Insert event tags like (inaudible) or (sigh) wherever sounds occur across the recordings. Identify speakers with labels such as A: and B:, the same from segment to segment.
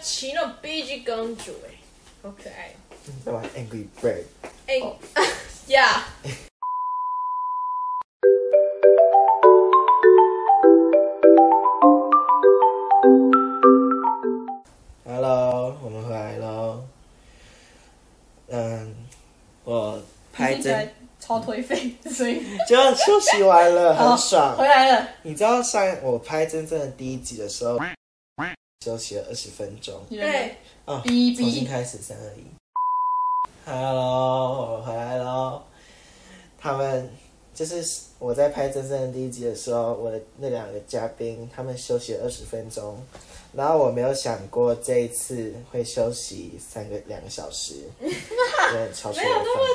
A: 骑那种 B G 公主、哎，
B: 欸
A: 好可爱、
B: 哦
C: 你在玩 Angry Bird，
A: 哎、 (laughs) 呀、
C: Hello，我们回来喽。嗯，我拍
A: 听起来
C: 真
A: 超颓废，所以
C: 就休息完了，很爽。
A: 哦回来了。
C: 你知道上我拍真正的第一集的时候，休息了二十分钟。
A: 对，
C: 啊，
A: 哔
C: 重新
A: 哔，
C: 开始，三二一。Hello，我回来喽。他们就是我在拍真正的第一集的时候，我的那两个嘉宾他们休息了二十分钟，然后我没有想过这一次会休息三个两个小时，有点
A: (laughs)
C: 超出我的范围。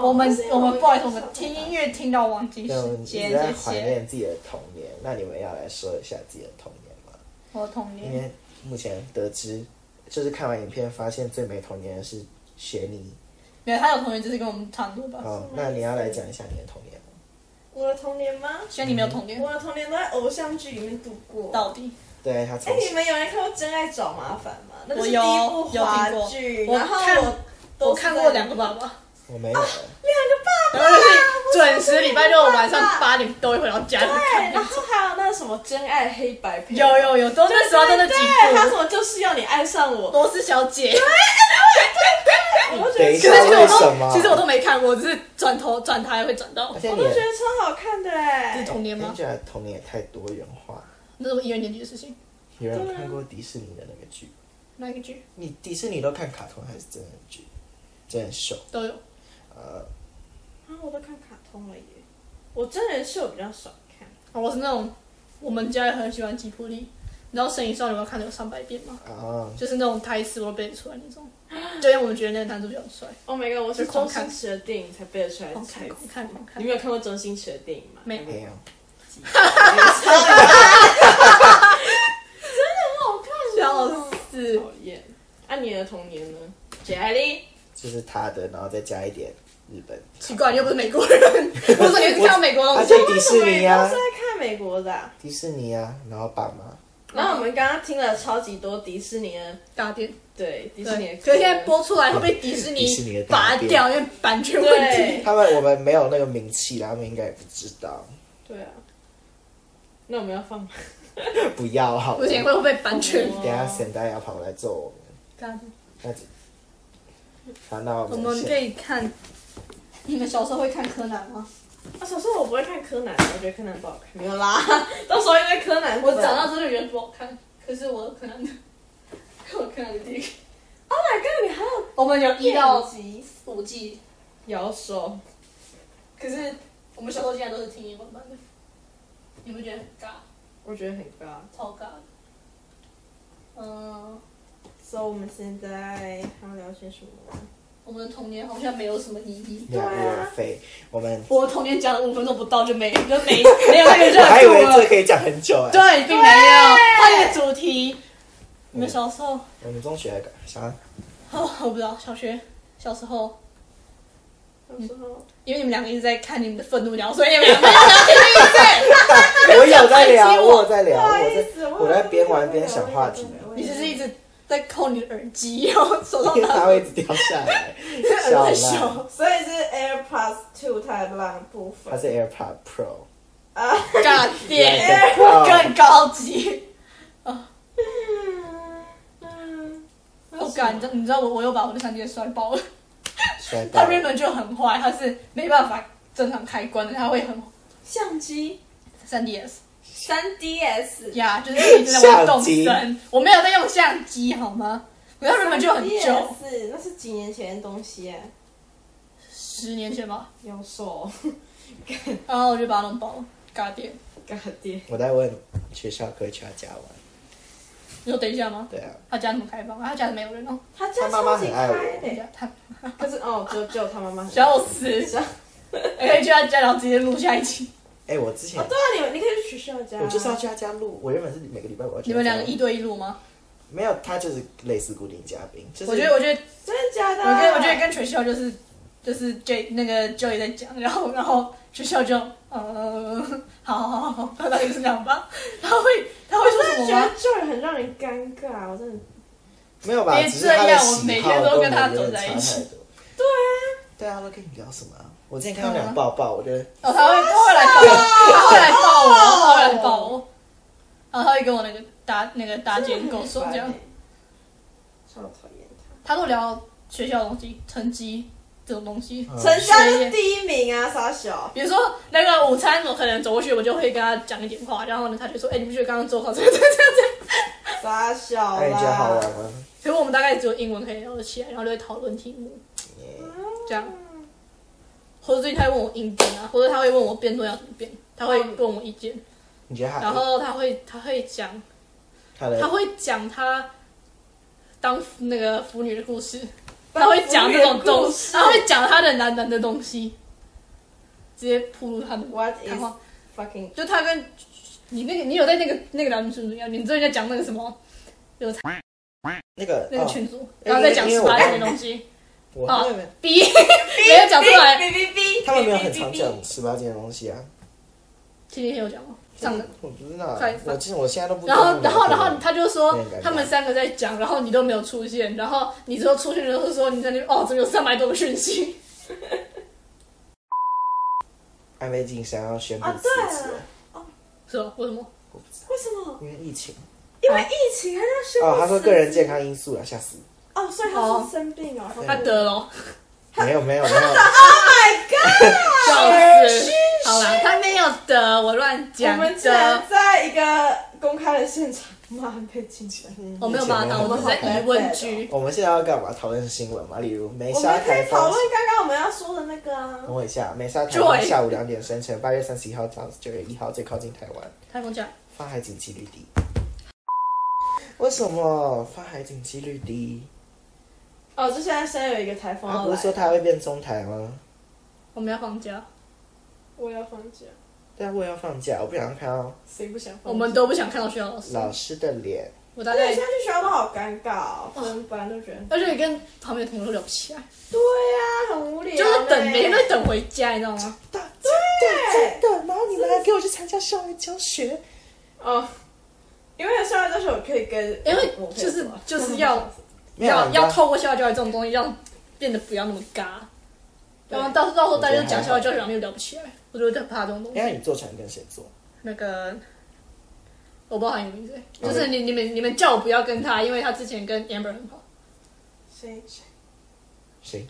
B: 久，
A: 我们
B: 可是
A: 我们不好意思，我
B: 有
A: 们
B: 一个
A: 听音乐听到忘记
C: 但我
A: 时
C: 们一
A: 间，
C: 直在
A: 谢
C: 怀
A: 谢。
C: 念自己的童年，那你们要来说一下自己的童年吗？
A: 我的童
C: 因
A: 年，
C: 为目前得知，就是看完影片发现最没童年的是雪妮。
A: 没有，他有童年就是跟我们差不多吧。
C: 哦，那你要来讲一下你的童年吗？
B: 我的童年吗？
A: 虽然你没有童年
B: 我，的童年都在偶像剧里面度过。
A: 到底
C: 对他从
B: 哎、你们有人看过《真爱找麻烦》吗？那
A: 我
B: 个是第
A: 有
B: 一部华
A: 有
B: 剧，
A: 听过
B: 然后
A: 我看
B: 我都
A: 我
B: 是在
A: 看过两个爸爸，
C: 我没有
A: 哦
C: 了，
A: 然 (laughs) 后就是准时礼拜六晚上八点都会回到家里
B: 啊对，
A: 看那
B: 然
A: 种。
B: 后还有那什么《真爱黑白配》，
A: 有有有，都那时候都那
B: 对，
A: 几
B: 对还有什
A: 部。
B: 么就是要你爱上我，哎
A: 罗斯小姐，
B: 我都觉
C: 等
B: 得
C: 一
A: 其
C: 下
A: 实
B: 超，
A: 其实我
C: 为什
A: 都
C: 么
A: 其实我都没看过，只是转头转台会转到
C: 而。且
B: 我
C: 你
B: 都觉
C: 的
B: 得超好看的哎、
A: 是童年吗？
C: Angela 童年也太多元化。
A: 那是我一二年级的事情。
C: 有人有
B: 对啊
C: 看过迪士尼的那个剧？
A: 哪一个剧
C: 你迪士尼都看卡通还是真人剧？真人秀？
A: 都有。
C: 呃，
B: 啊，我都看卡通了耶，我真人秀比较少看。
A: 哦我是那种我们家也很喜欢吉卜力，你知道《神隐少女》我看了有上百遍吗？
C: 啊，
A: 就是那种台词我都背得出来那种，就因为我们觉得那个男主角很帅，
B: Oh my god！我是
A: 就狂
B: 周
A: 看
B: 星驰的电影才背得出来的
A: 狂
B: 台
A: 看
B: 词。
A: 狂看狂看
B: 你。没有看过周星驰的电影吗？
A: 没
C: 没有，
A: (laughs)
B: (laughs)
A: 笑死！
B: 讨厌。啊，你的童年呢？杰艾莉，
C: 就是他的，然后再加一点日本。
A: 奇怪，你又不是美国人，我怎么也是看到美国
C: 而
A: 东
C: 且
A: 西？
C: 迪士尼
B: 我也都，
C: 啊
B: 是在看美国的啊、
C: 迪士尼啊，然后爸妈。
B: 然后我们刚刚听了超级多迪士尼的，
A: 大便。
B: 对迪士尼的
A: 对，
B: 歌，
A: 可是现在播出来会被迪士
C: 迪士尼
A: 尼
C: 的
A: 拔
C: 大便
A: 掉，因为版权问题。
B: 对
C: 他们我们没有那个名气啦，他们应该也不知道。
B: 对啊。那我们要放吗？
C: 不要好
A: 不
C: 了，
A: 行，
C: 等
A: 会不会被版权？
C: 一下沈大要跑来揍我们。
A: 大便
C: 那就好，那我
A: 我
C: 们
A: 们
C: 先
A: 可以看。你们小时候会看柯南吗？
B: 啊，小时候我不会看柯南，我觉得柯南不好看。没有啦， (laughs) 到时候因为柯南，
A: 我长大之后就觉得不好看，可是我有柯南的， (laughs) 我有柯南的第一个。
B: ，Oh my god！你还有
A: 我们有一到
B: 集
A: 五季，
B: 摇手，
A: 可是我们小时候竟然都是听英文版的，你不觉得很尬？
B: 我觉得很尬。
A: 超尬的。嗯，
B: 所、以我们现在还要聊些什么？
A: 我们的童年好像没有什么意义。
C: 没有
B: 对啊
C: 没有费，我们
A: 我的童年讲了五分钟不到就没就没
C: (laughs)
A: 没有那个热
C: 我还以为
A: 度
C: 这
A: 了。
C: 可以讲很久哎、
A: 对，并没有换一个主题。你们小时候，
C: 我们中学还干啥？
A: 哦，我不知道，小学小时候，
B: 到时候
A: 因为你们两个一直在看你们的愤怒聊，所以你们两个没有聊天意思。
C: 我有在聊， (laughs) 我有在聊，
A: 还是我
B: 不好
C: 啊我
B: 意
C: 在
B: 思，
C: 我在边玩边想话题，
A: 你就是一直在扣你的耳机，然后手上拿
C: 它会一直掉下来，笑
A: 在
C: 啦。 (laughs)
A: 笑，
B: 所以是 AirPods Two 太烂的部分
C: 它是 AirPod Pro，
B: 啊， (laughs)
A: 尬
C: (laughs)
A: 点
C: Pro，
A: 更高级。
B: 嗯，
A: 我感，你知道你知道我我又把我的相机摔
C: (laughs)
A: 爆了。
C: 摔
A: 它
C: 到
A: Raymond 就很坏，它是没办法正常开关的，它会很
B: 相机
A: 3DS
B: 三 DS，
A: 呀就是一直在玩动森。我没有在用相机好吗？我要 Raymond 就很久，
B: 是那是几年前的东西耶，
A: 十年前吧，
B: 妖兽，
A: 然后我就把它弄爆了，嘎点。
B: (laughs) 干爹，
C: 我在问学校可以去他家玩，
A: 你说等一下吗？
C: 对啊，
A: 他家那么开放，他家没有人哦。
B: 他家
C: 他妈妈
B: 超级
C: 很爱我
B: 开
A: 等一
B: 的，
A: 下他
B: 可是哦，只有只有他妈妈很爱。
A: 笑死，
C: (laughs)
A: 哎可以去他家，然后直接录下一期。
C: 哎、我之前、
B: 哦，对啊，你们你可以去学校家，
C: 我就是要去他家录，我原本是每个礼拜我要去
A: 你
C: 他家
A: 们两个
C: 录
A: 一对一录吗？
C: 没有，他就是类似固定嘉宾，就是
A: 我觉得，我觉得
B: 真的假的？
A: 我跟我觉得跟学校就是就是 J 那个 Joy 在讲，然后然后学校就呃，好好好好，大概就是那样吧。他会他会说
B: 我真的
A: 什么
B: 觉
A: 吗
B: 得？这人很让人尴尬，我真的
C: 没有吧？
A: 别
C: 只是他的
A: 这样我
C: 喜
A: 每
C: 好
A: 天都跟他
C: 我有
A: 走
C: 点
A: 在
C: 差
A: 一起
C: 太多。对啊，对啊，都跟你聊什么啊？我之前看到
A: 嗯
C: 两抱抱，我觉得
A: 哦，他会他会来抱我，他会来抱我，他会来抱我，然后他会跟我那个搭那个搭肩跟我说这样，
C: (laughs)
B: 超讨厌他。
A: 他都聊学校的东西、成绩这种东西。
C: 嗯
B: 陈家是第一名啊，傻小。
A: 比如说那个午餐，我可能走过去，我就会跟他讲一点话，然后呢，他就说：“哎、你不觉得刚刚做好这个这个这个这个
B: 傻小
C: 哎那你觉得好啊玩
B: 啦。
C: 吗？？”
A: 所以我们大概只有英文可以聊得起来，然后就会讨论题目，这样。或者最近他会问我音变啊，或者他会问我变动要怎么变，他会问我意见，
C: 你觉得
A: 然
C: 他
A: 后他会他会讲
C: 他
A: 他
C: 的
A: 会讲他当那个腐女的故事，他会讲这种东西，他会讲他的男男的东西，直接铺入他的
B: What
A: 谈
B: is
A: 话。
B: fucking？
A: 就他跟你那个，你有在那个那个栏目群组一样，你最近在讲那个什么
C: 那个
A: 那个
C: 哦
A: 群组，
C: 因为
A: 然后在讲
C: 因为
A: 十
C: 我
A: 八年的东西，
C: 我
A: 啊
C: 他们
A: 逼没有讲出来。
B: 哔哔哔。
C: 他们没有很常讲十八禁的东西啊。
A: 前几天有讲吗？上的。
C: 我不知道啊
A: 快，放
C: 我其实我现在都不。
A: 然后，然后，然后他就说
C: 那个尴尬
A: 他们三个在讲，然后你都没有出现，然后你之后出现的时候说你在那边哦，怎么有三百多个讯息？
C: 安倍晋三要宣布
B: 啊
C: 辞职
B: 对
C: 了
B: 了，
A: 是吧？为什么？
C: 我不知道，
B: 为什么？
C: 因为疫情。
B: 因为疫情，他就宣布
C: 哦，他说个人健
B: 康。
C: 康因素啊，吓死！
B: 哦，所以他
A: 哦
B: 是生病哦。
A: 他得了哦。
C: 没有
A: (laughs)
C: 没有没有，
A: 笑死！好啦，他没有得，我乱
B: 我
A: 讲
B: 们竟
A: 的
B: 然。在一个公开的现场骂被禁止。
A: 我没有骂他，
C: 我
A: 我
C: 们
A: 只是在疑问句。
C: 我们现在要干嘛？讨论新闻嘛，例如梅
B: 我
C: 沙
B: 们可
C: 台
B: 以讨
C: 风。
B: 论刚刚我们要说的那个啊。
C: 等我一下，梅沙台
A: Joy
C: 风下午两点生成，八月三十一号到九月一号最靠近台湾，
A: 台风假，
C: 发海警戒率低。为什么发海警戒率低？
B: 哦，就现在现在有一个台风
C: 他
B: 要
C: 不是说
B: 来，
C: 它会变中台吗？
A: 我们要放假，
B: 我要放假，
C: 对啊，我也要放假，我不想看到
B: 谁不想放假？
A: 我们都不想看到学校老师。
C: 老师的脸。
A: 我大
B: 而且
A: 概
B: 现，在去学校都好尴尬哦，分班都觉得。
A: 而且你跟旁边的同学都聊不起来，
B: 对哎呀、很无聊呢。
A: 就是等每天都等回家，你知道吗？
C: 对对，真的。然后你们还给我去参加校外教学，
B: 哦，因为校外教学我可以跟，
A: 因为
B: 我可以
A: 就是
B: 做啊
A: 就是要
C: 没有啊
A: 要
C: 你知道
A: 要透过校外教育这种东西，让变得不要那么尬。
B: 对
A: 然后到到时候大家就讲校外教育，然后又聊不起来，我就会很怕这种东西。
C: 哎，你坐船跟谁坐？
A: 那个我不知道韩语名字，就是你你们你们叫我不要跟他，因为他之前跟 Amber 很好。
B: 谁谁
C: 谁？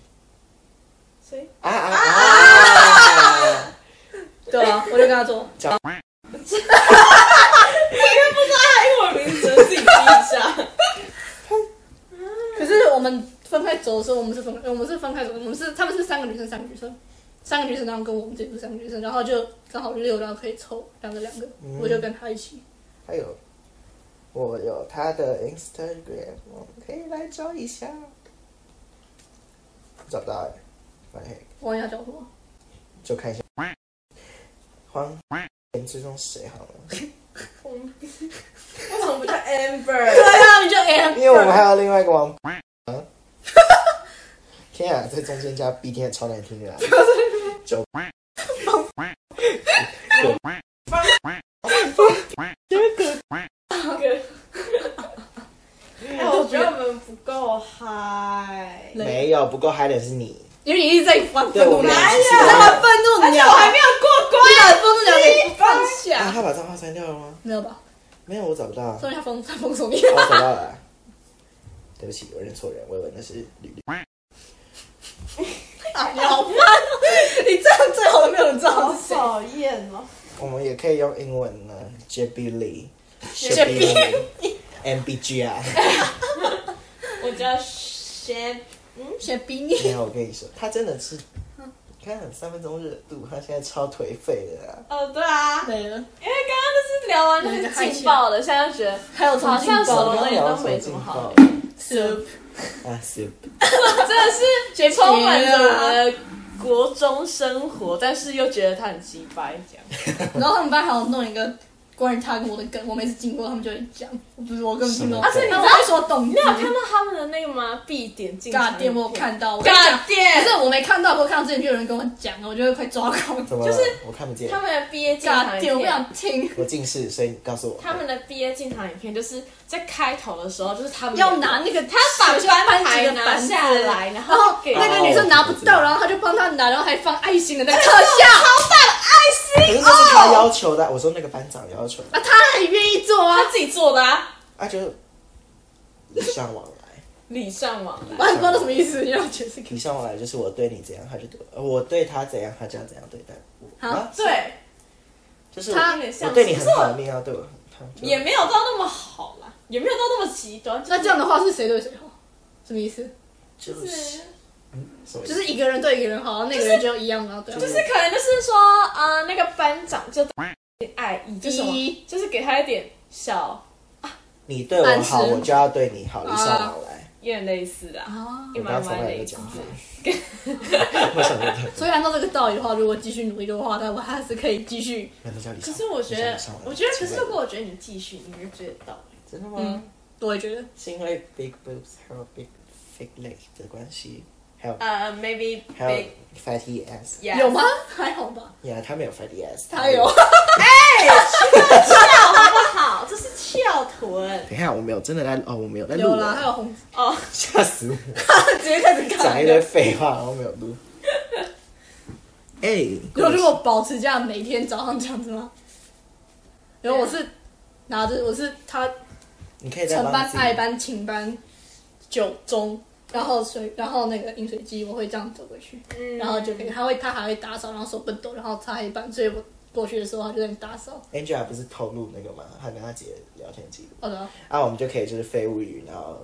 B: 谁
C: 啊啊啊！
A: 对啊，我就跟他说，
B: 他英文名字自己记一下。(laughs)
A: (laughs) 可是我们分开走的时候，我们是分我们是分开走的，我们是他们是三个女生，三个女生，三个女生，然后跟我们这组三个女生，然后就刚好六，然后可以抽两个两个，
C: 嗯
A: 我就跟他一起。
C: 还有，我有他的 Instagram，我们可以来找一下。找不到哎、反正
A: 我问一下叫什么？
C: 就看一下。黄，先追踪谁好了？
B: 疯逼为什么不叫 Amber？ (laughs)
A: 对啊，你就 Amber，
C: 因为我们还有另外一个王。啊、天啊，在中间加 B 天超难听的啊啦。九。
B: 哎，我觉得我们不够嗨。
C: 没有，不够嗨的是你。
A: 因为你一哎直在玩愤
C: 对，我
A: 怒
C: 们
A: 鸟，
C: 俩
B: 哪
C: 只
A: 你
C: 是
A: 在
B: 有
A: 玩愤怒鸟，
B: 没有过关，
A: 你把愤怒鸟给放
C: 啊，
A: 下，
C: 他把账号删掉了吗？
A: 没有吧？
C: 没有，我找不到 (laughs) 啊。
A: 所以他封他封锁你。
C: 哦我找到了。对不起，我认错人，我以为那是吕律。
A: 啊，你好烦！你这样最好都没有人知道
B: 好
A: 是谁。
B: 讨厌哦。
C: 我们也可以用英文呢 j b l e
A: J.B.
C: m b g 啊。
B: 我叫 Shep，
A: 先逼你，
C: 没有，我跟你说，他真的是，你看三分钟热度，他现在超颓废的啊。
B: 哦对啊，
A: 对了，
B: 因为刚刚就是聊完就是劲爆的，现在就觉得
A: 还有重
B: 好
A: 庆
B: 像什
A: 包
B: 么
A: 的
B: 东西
C: 聊
B: 都
C: 什么
B: 没什
C: 劲
B: 么
C: 爆
B: 好，
A: ，soup
C: 啊？是
B: 真的是充满着我们的国中生活，但是又觉得他很鸡掰这样。
A: 然后他们班还有弄一个关于他跟我的梗，我每次经过他们就会讲，不是我根本听不懂。啊
C: 什么梗而且你
A: 他们会说懂字
B: 你有看到他们的那个吗？必点进
A: 尬
B: 场
A: 店，我有看到，我跟你讲
B: 尬
A: 可
B: 店，
A: 是我没看到过，看到之前就有人跟我讲，我就会快抓狂。
C: 怎么了？
B: 就是
C: 我看不见
B: 他，们的毕业进
A: 尬
B: 场影
A: 店，我不
B: 片。
A: 想听。
C: 我近视，所以你告诉我。
B: 他们的毕业进场影片就是在开头的时候，就是他们
A: 要拿那个
B: 他把
A: 去
B: 翻
A: 几
B: 牌
A: 个
B: 拿
A: 板子
B: 下来，然
A: 然后
B: 后给
A: 那个
C: 哦
A: 女生拿不
C: 我知
A: 到，
C: 道
A: 然后他就帮她拿，然后还放爱心的那个特
C: (laughs)
A: 效，
B: 超大的爱
C: 可是
B: 心
C: 这是他要求的啊，我说那个班长要求的
A: 啊，她也愿意做啊
B: 他。自己做的啊，
C: 啊，就是礼
B: (laughs)
C: 尚往来。
B: 礼尚往来。
A: 我也不知道什么意思，让我解释给
C: 礼尚往来就是我对你怎样，他就对我；我对他怎样，他就要怎样对待我。(laughs)
A: 好
C: 啊，
B: 对，
C: 就是我
A: 他
C: 我对你很
B: 可是
C: 好，
B: 我
C: 你也要对我很好。就
B: 也没有到那么好啦，也没有到那么极端。
A: 那这样的话是谁对谁好？什么意思？
C: 就是嗯
B: 是
C: 什么意思
A: 就是一个人对一个人好，那个人就一样然后对。
B: 就是可能就是说，呃，那个班长就爱意，就什么
A: 一，
B: 就是给他一点小，
C: 你对我好，
A: 暗示
C: 我就要对你好，礼尚往来。
B: 有点类似的啊。
A: 啊，
B: 一
C: 我
B: 蛮
C: 刚从
B: 蛮
C: 来没
B: 类
C: 有
B: 似
C: 讲。过，
B: (laughs)
C: 我想说的，
A: 所以按照这个道理的话，如果继续努力的话，那我还是可以继续。
C: 那就叫礼尚
B: 可是我觉得
C: 礼尚，往来
B: 我觉得，可
C: 亲
B: 是
C: 爱的
B: 如果我觉得你继续，你会追得到。
C: 真的吗
A: 嗯？，我也觉得。
C: 是因为 big boobs 还有 big thick legs 的关系，还有
B: 呃，maybe
C: 还有
B: big
C: fatty ass。
B: yeah， (laughs)
A: 有吗？还好吧，
C: 呀，他没有 fatty ass，
A: 他有。
B: 翘哦好不好？这是翘臀
C: 等一下，我没有真的在哦，我没有在录
A: 有啦，
C: 欸
A: 还有红，
B: 哦。
C: 吓死我！
A: (laughs) 直接开始看。
C: 讲一堆废话，然后没有
A: (laughs)
C: 录。哎、
A: 如果如果保持这样，每天早上这样子吗？然后我是拿着，我是他
C: 你可以再
A: 成
C: 帮
A: 班、
C: 自己
A: 爱班、琴班、九中，然后水，然后那个饮水机，我会这样走过去，
B: 嗯
A: 然后就可以，他会他还会打扫，然后手笨抖，然后擦黑板，所以我过去的时候他就在那边打扫。
C: Angela 不是透露那个吗？她跟她姐聊天记录，
A: 好的，
C: 啊，我们就可以就是废物语，然后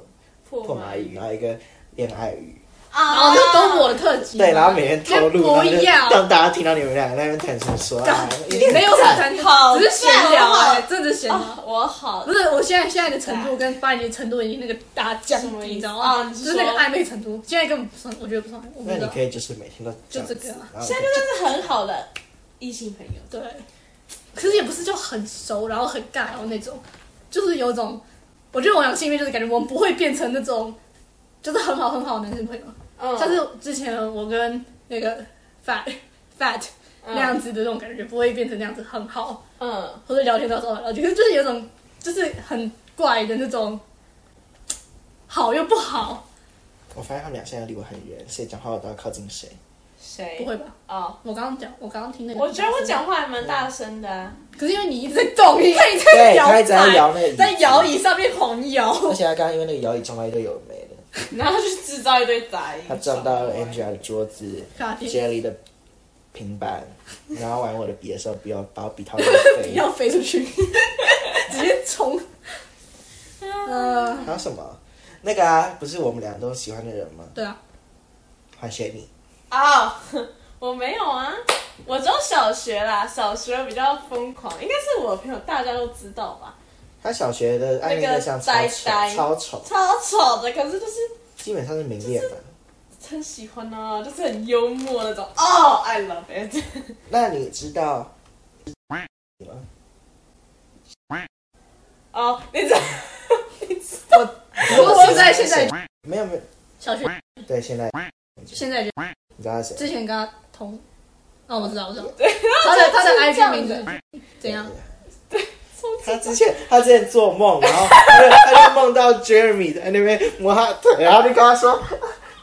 C: 破
B: 破
C: 马
B: 马
C: 语，
B: 语
C: 然后一个恋爱语，
A: 然
B: 啊
A: 后就都是我的特辑嘛。
C: 对，然后每天透露，然后
A: 不
C: 就
A: 要，
C: 让大家听到你们俩在那边谈什么说爱， (laughs) 一定
A: 没有什么谈
B: 好
A: 只是闲聊
B: 好
A: 哎，真的闲聊。
B: 啊，我好
A: 不是，我现在现在的程度跟八年级的程度已经那个大降
B: 什么意
A: 低，
B: 思
A: 你知道吗？
B: 啊你
A: 就是是那个
B: 说
A: 暧昧程度，现在根本不算，我觉得不算，我不
C: 那
A: 知
C: 你
A: 道
C: 可。以就是每天都这样子
A: 就这个啊
C: 然后
B: 现在就真的是很好的异性朋友，
A: 对，可是也不是就很熟，然后很尬，然后那种，就是有种，我觉得我俩幸运，就是感觉我们不会变成那种，就是很好很好的男生朋友。
B: 嗯
A: 像是之前我跟那个 fat fat 那样子的那种感觉，不会变成那样子很好，
B: 嗯，
A: 或者聊天到时候聊天，可是就是有种，就是很怪的那种，好又不好，
C: 我发现他们俩现在离我很远，谁讲话我都要靠近谁。
B: 谁
A: 不会吧？
B: 哦，
A: 我刚刚讲，我刚刚听那个，
B: 我觉得我，讲话还蛮大声的啊，
A: 可是因为你一直在动，你看你在
C: 对，
A: 摇
C: 他一直在
A: 摆
C: 摇那个椅
B: (laughs)
C: 子
A: 在摇，椅上面狂摇。
C: 而且他刚刚因为那个摇椅撞到一堆有的没的，
B: 然后就制造一堆杂音，
C: 他撞到了 Angela 的桌子
A: 大厅
C: ，Jelly 的平
A: (laughs)
C: 板，然后玩我的笔的时候，不要把我笔套给我飞。
A: 要飞出 (laughs) 去，直接冲。呃，
C: 还有什么？那个啊，不是我们俩都喜欢的人吗？
A: 对啊，
C: 换选你，
B: 啊，我没有啊，我只有小学啦，小学比较疯狂，应该是我朋友大家都知道吧，
C: 他小学的暗恋对象超
B: 那个
C: 丑
B: 呆，呆
C: 超丑，
B: 超丑的，可是就是
C: 基本上是明恋吧。
B: 很喜欢啊，就是很幽默那种，哦，I love it， (laughs)
C: 那你知道吗？
B: 哦，你知道， (laughs) 你知道。
A: 我现在现在
C: 没有没有，
A: 小学
C: 对，现在
A: 现在就
C: 你知道是谁？
A: 之前跟他同，哦，我知道，我知道，他的他的 IG 名字怎样？
C: 他之前他之前做梦，然后他就他就梦到 Jeremy 在那边摸他腿，然后就跟他说：“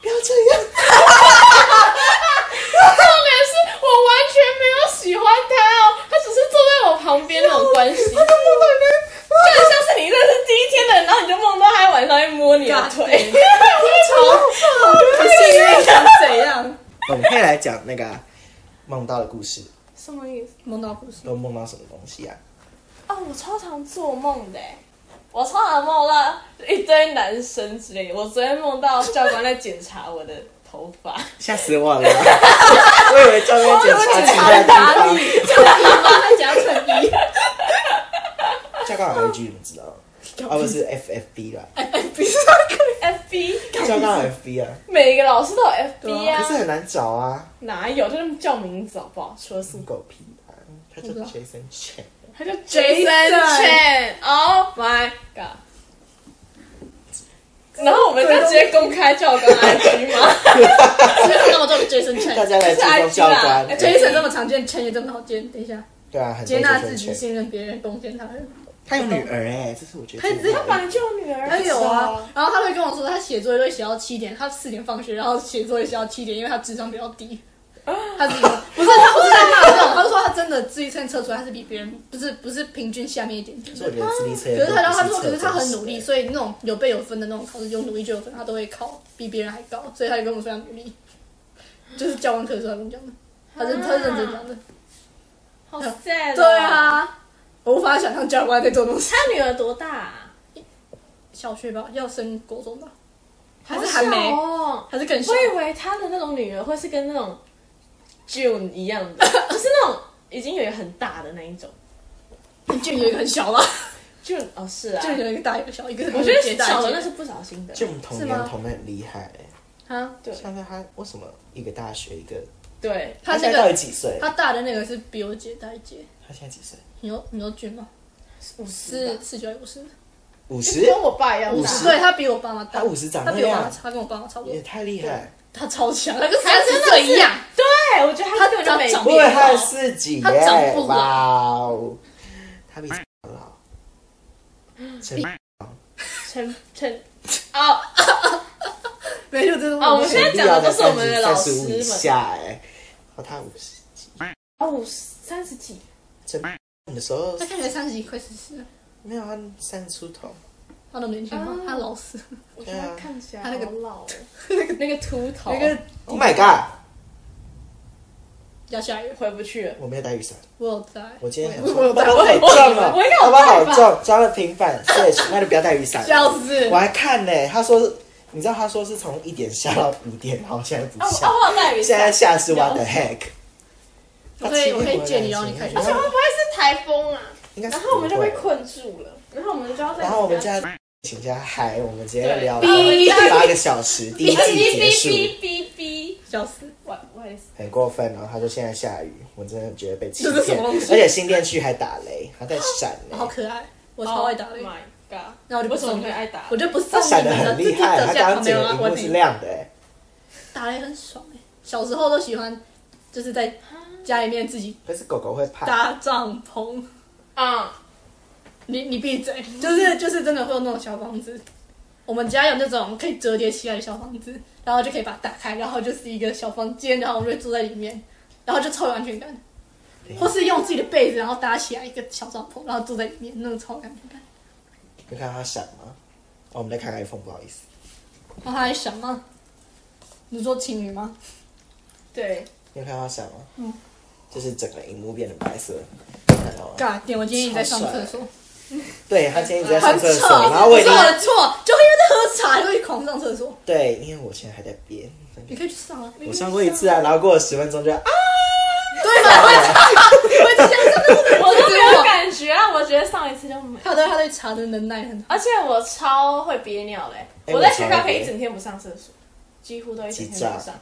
C: 不要这样。”
B: 重点是我完全没有喜欢他哦，他只是坐在我旁边那种关系，就很像是你认识第一天的人，然后你就梦到他晚上会摸你的腿，
A: 超不是因为想怎样？
C: 我们可以来讲那个啊梦到的故事，
B: 什么意思？
A: 梦到故事，
C: 都梦到什么东西啊？
B: 哦，我超常做梦的欸，我超常梦到一堆男生之类的，我昨天梦到教官在检查我的头发，
A: (laughs)
C: 吓死我了！我以为教练检查其他地
A: 哪
C: 方
A: 里？，衬衣吗？他讲衬衣，
C: 教官有 IG 你们知道吗？啊，不是 FFB 啦，
A: 不是那个
B: FB，
C: 教官有 FB 啊，
B: 每个老师都有
A: 对
B: FB
C: 可是
B: 啊，
C: 很难找啊，
B: 哪有？就是叫名字好不好？除了是
C: 狗屁啊，他叫
A: 我不知道
C: Jason Chen，
A: 他叫
B: Jason Chen，Oh my god！然后我们就直接公开教官 IG 吗？
A: 所以 (laughs) 那么多的 (laughs) Jason
C: 大
A: Chen。
C: 家来追踪教官。哎
B: 这是 IG 啦
A: Jason 啊哎这么常见，Chen 也这么好见。等一下，
C: 对啊，很多
A: 接纳
C: Jason
A: 自己，
C: Chen
A: 信任别人，贡献他人。
C: 他有女儿哎、这是我觉得
A: 他
C: 最厉害的。
B: 挽救女儿
A: 他有
C: 哎
A: 啊，然后他会跟我说，他写作业都会写到七点，他四点放学，然后写作业写到七点，因为他智商比较
C: (laughs)
A: 低。他自己不是他不是在骂那种，他是说他真的自律性测出来，他是比别人不是不是平均下面一点点。
C: 所以我觉得自立测验
A: 可
C: 都
A: 是
C: 不
A: 他，然后他
C: 测
A: 说，可是他很
C: 真实
A: 努
C: 的
A: 力，所以那种有备有分的那种考试，有努力就有分，他都会考比别人还高，所以他就跟我说他努力，就是教官课的时候他跟我讲的，
C: 啊
A: 他是他是认真讲的。
B: 好 sad。哦
A: 对，啊，我无法想象教官在做东西。
B: 他女儿多大啊？
A: 小学吧，要升国中吧，还是还没，
B: 好小哦。
A: 还是更小
B: 我。以为他的那种女儿会是跟那种 June 一样的，就是那种已经有一个很大的那一种。
A: (laughs) 就有一个很小吧，
B: June 哦，是啊
A: 就，有一个大一个小，一个是
B: 我觉得
A: 接大
B: 小
A: 一
B: 的
A: 个
B: 那是不小心的。
C: 这种同
A: 是
C: 年
A: 吗
C: 同辈很厉害、欸。
A: 啊，
B: 对
C: 像是他为什么一个大学一个？
B: 对，
A: 他
C: 现
A: 那
C: 在到底
A: 个
C: 几岁？
A: 他大的那个是比我姐大一届，
C: 他现在几岁？
A: 你说你说俊吗？
B: 五十
A: 是
B: 吧
A: 四九五十，
C: 五
B: 就
C: 十？
B: 跟我爸一样
C: 五
B: 大
C: 十。
A: 对他比我爸妈大，
C: 他五十长
A: 他
C: 那
A: 比我爸妈
C: 样，
A: 他跟我爸妈差不
C: 也
A: 多，
C: 太厉害。
A: 他超强，他跟
B: 他
A: 三
B: 真
A: 十
B: 的
A: 岁
B: 是
A: 一样，
B: 对，我觉得他
A: 他
B: 对我美
A: 长
C: 我
A: 得
C: 以为
A: 也
C: 他
A: 他
C: 是四级
A: 他长
C: 耶，
A: 不老
C: 哇哦，他比陈老。陈
B: 陈陈哦
A: 没有这种
B: 哦，我们现在讲的都是我们的老师
C: 35以
B: 们。
C: 下哎，哦，他五十，
B: 哦，五十三十几，
C: 陈你的时候
A: 他看起来三十几快四十了，
C: 没有他三十出头，
A: 他那么年轻吗
B: 哦？
A: 他老死，
B: 我觉得他看起来
A: 他那个
B: 好老哦，那个秃头，
A: 有一个
C: Oh my god！
A: 要下雨，
B: 回不去了。
C: 我没有带雨伞，
A: 我有在，
C: 我今天想
A: 我
C: 说，
A: 有
C: 包
A: 带
C: 包好
B: 我
C: 重哦，
B: 我有
C: 包包好
B: 带吧
C: 重，装了平板 Switch，那就不 (laughs) 要带雨伞了。
A: 笑死
C: 我，还看呢、他说，你知道他说是从一点下到五点，然后现在不
B: 哦
C: 下，
B: 哦，我有带雨
C: 现在
B: 伞。
C: 下是 what the heck？
A: 我可以我可以借你
C: 他
A: 然后
C: 七点回
A: 你开学
B: 而
C: 来
B: 且会不会是台风啊？
C: 应该是
B: 然后我们就被
C: 不会，
B: 困住了，然后我们就要在
C: 然后我们现在请假嗨，我们直接聊
A: 对
C: 了八个小时，第一
B: 哔
C: 季结束，
B: 哔哔哔哔，
A: 笑死，
B: 我我也是，
C: 很过分。然后他说现在下雨，我真的觉得被欺
A: 这是什
C: 骗，
A: 么
C: 而
A: 东西
C: 且新店区还打雷，还在闪呢、
A: 好可爱，我超爱打雷
B: Oh，my god！
A: 那我就不
B: 为什么
A: 送你
B: 会爱打雷
A: 我就不
C: 他
A: 送你
C: 闪的
A: 们了，
C: 很
A: 自
C: 厉
A: 己
C: 害，
A: 走
C: 他
A: 下
C: 刚
A: 旁
C: 刚整
A: 边
C: 个
A: 啊，
C: 荧
A: 我
C: 幕
A: 自
C: 是
A: 己
C: 亮的、欸，
A: 打雷很爽哎、小时候都喜欢，就是在家里面自己
C: 可是狗狗会怕，
A: 搭帐篷。
B: 啊，
A: 你你闭嘴，就是就是真的会有那种小房子。我们家有那种可以折叠起来的小房子，然后就可以把它打开，然后就是一个小房间，然后我们就住在里面，然后就超有安全感。或是用自己的被子，然后搭起来一个小帐篷，然后住在里面，那种超有安全感。
C: 你看到它闪吗？哦，我们在看 iPhone，不好意思。
A: 然后他还想吗？你说情侣吗？
B: 对，
C: 你有看到它闪吗？嗯，就是整个荧幕变成白色，看到吗？
A: 尬点，我今天一直在上厕所，
C: 对，他今天一直在上
A: 很
C: 厕所，
A: 吵，
C: 然后我已
A: 是
C: 经
A: 我的错，就因为在喝茶，就会狂上厕所。
C: 对，因为我现在还在憋，
A: 你可以去上啊，
C: 我上过一次啊，然后过了十分钟就啊，
A: 对吧？我也这样真的是，
B: 我都没有
A: 感。
B: 感觉啊，我觉得上一次就没。
A: 他对他对茶的能耐很好，
B: 而且我超会憋尿嘞、
C: 哎
B: 我在学校可
C: 我超会
B: 以
C: 憋
B: 一整天不上厕所，几乎都一整
C: 几
B: 天
C: 张
B: 不上，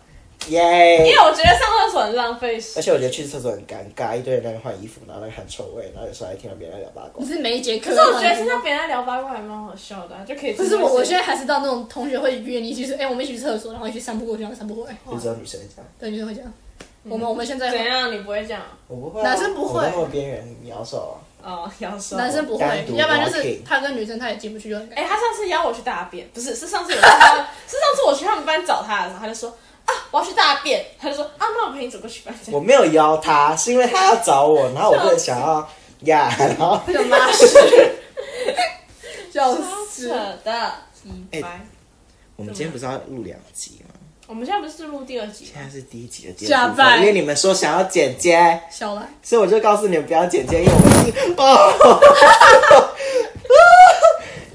B: 因
C: 耶
B: 为！我觉得上厕所很浪费
C: 而
B: 时。
C: 且我觉得去厕所很尴尬，一堆人在那边换衣服，然后在那边喊臭味，然后有时候还听到别人在聊八卦
A: 你。是每一节
B: 可
A: 课。
B: 是我觉得听到别人在聊八卦还蛮好笑的、啊，就可以。
A: 不是我，我现在还是到那种同学会约你一起去，哎、我们一起去厕所，然后一起散步过去，然后散步回来。
C: 就只有女生这样，
A: 对，女生会这样。我们我们现在
B: 怎样？你不会这样
C: 我不会、啊，
A: 男生不会
C: 我那么边缘鸟手、
B: 哦？要说
A: 男生不会
C: 单独，
A: 要不然就
C: walking
A: 是他跟女生他也进不去，就很尴尬
B: 哎、他上次邀我去大便，不是，是上次我去他们，是上次我去他们班找他的时候，他就说啊，我要去大便，他就说啊，那我陪你走过去吧。这样
C: (laughs) 我没有邀他，是因为他要找我，然后我不能想要 (laughs) 呀然后
A: 就拉屎，笑
B: 扯
A: 死。
B: 的，一
C: 哎我们今天不是要录两集吗？
B: 我们现在不是录第二集吗
C: 现？在是第一集的第
A: 下
C: 二部分
A: 拜
C: 因为你们说想要剪接，
A: 小兰，
C: 所以我就告诉你们不要剪接，因为我们是 (laughs) 哦。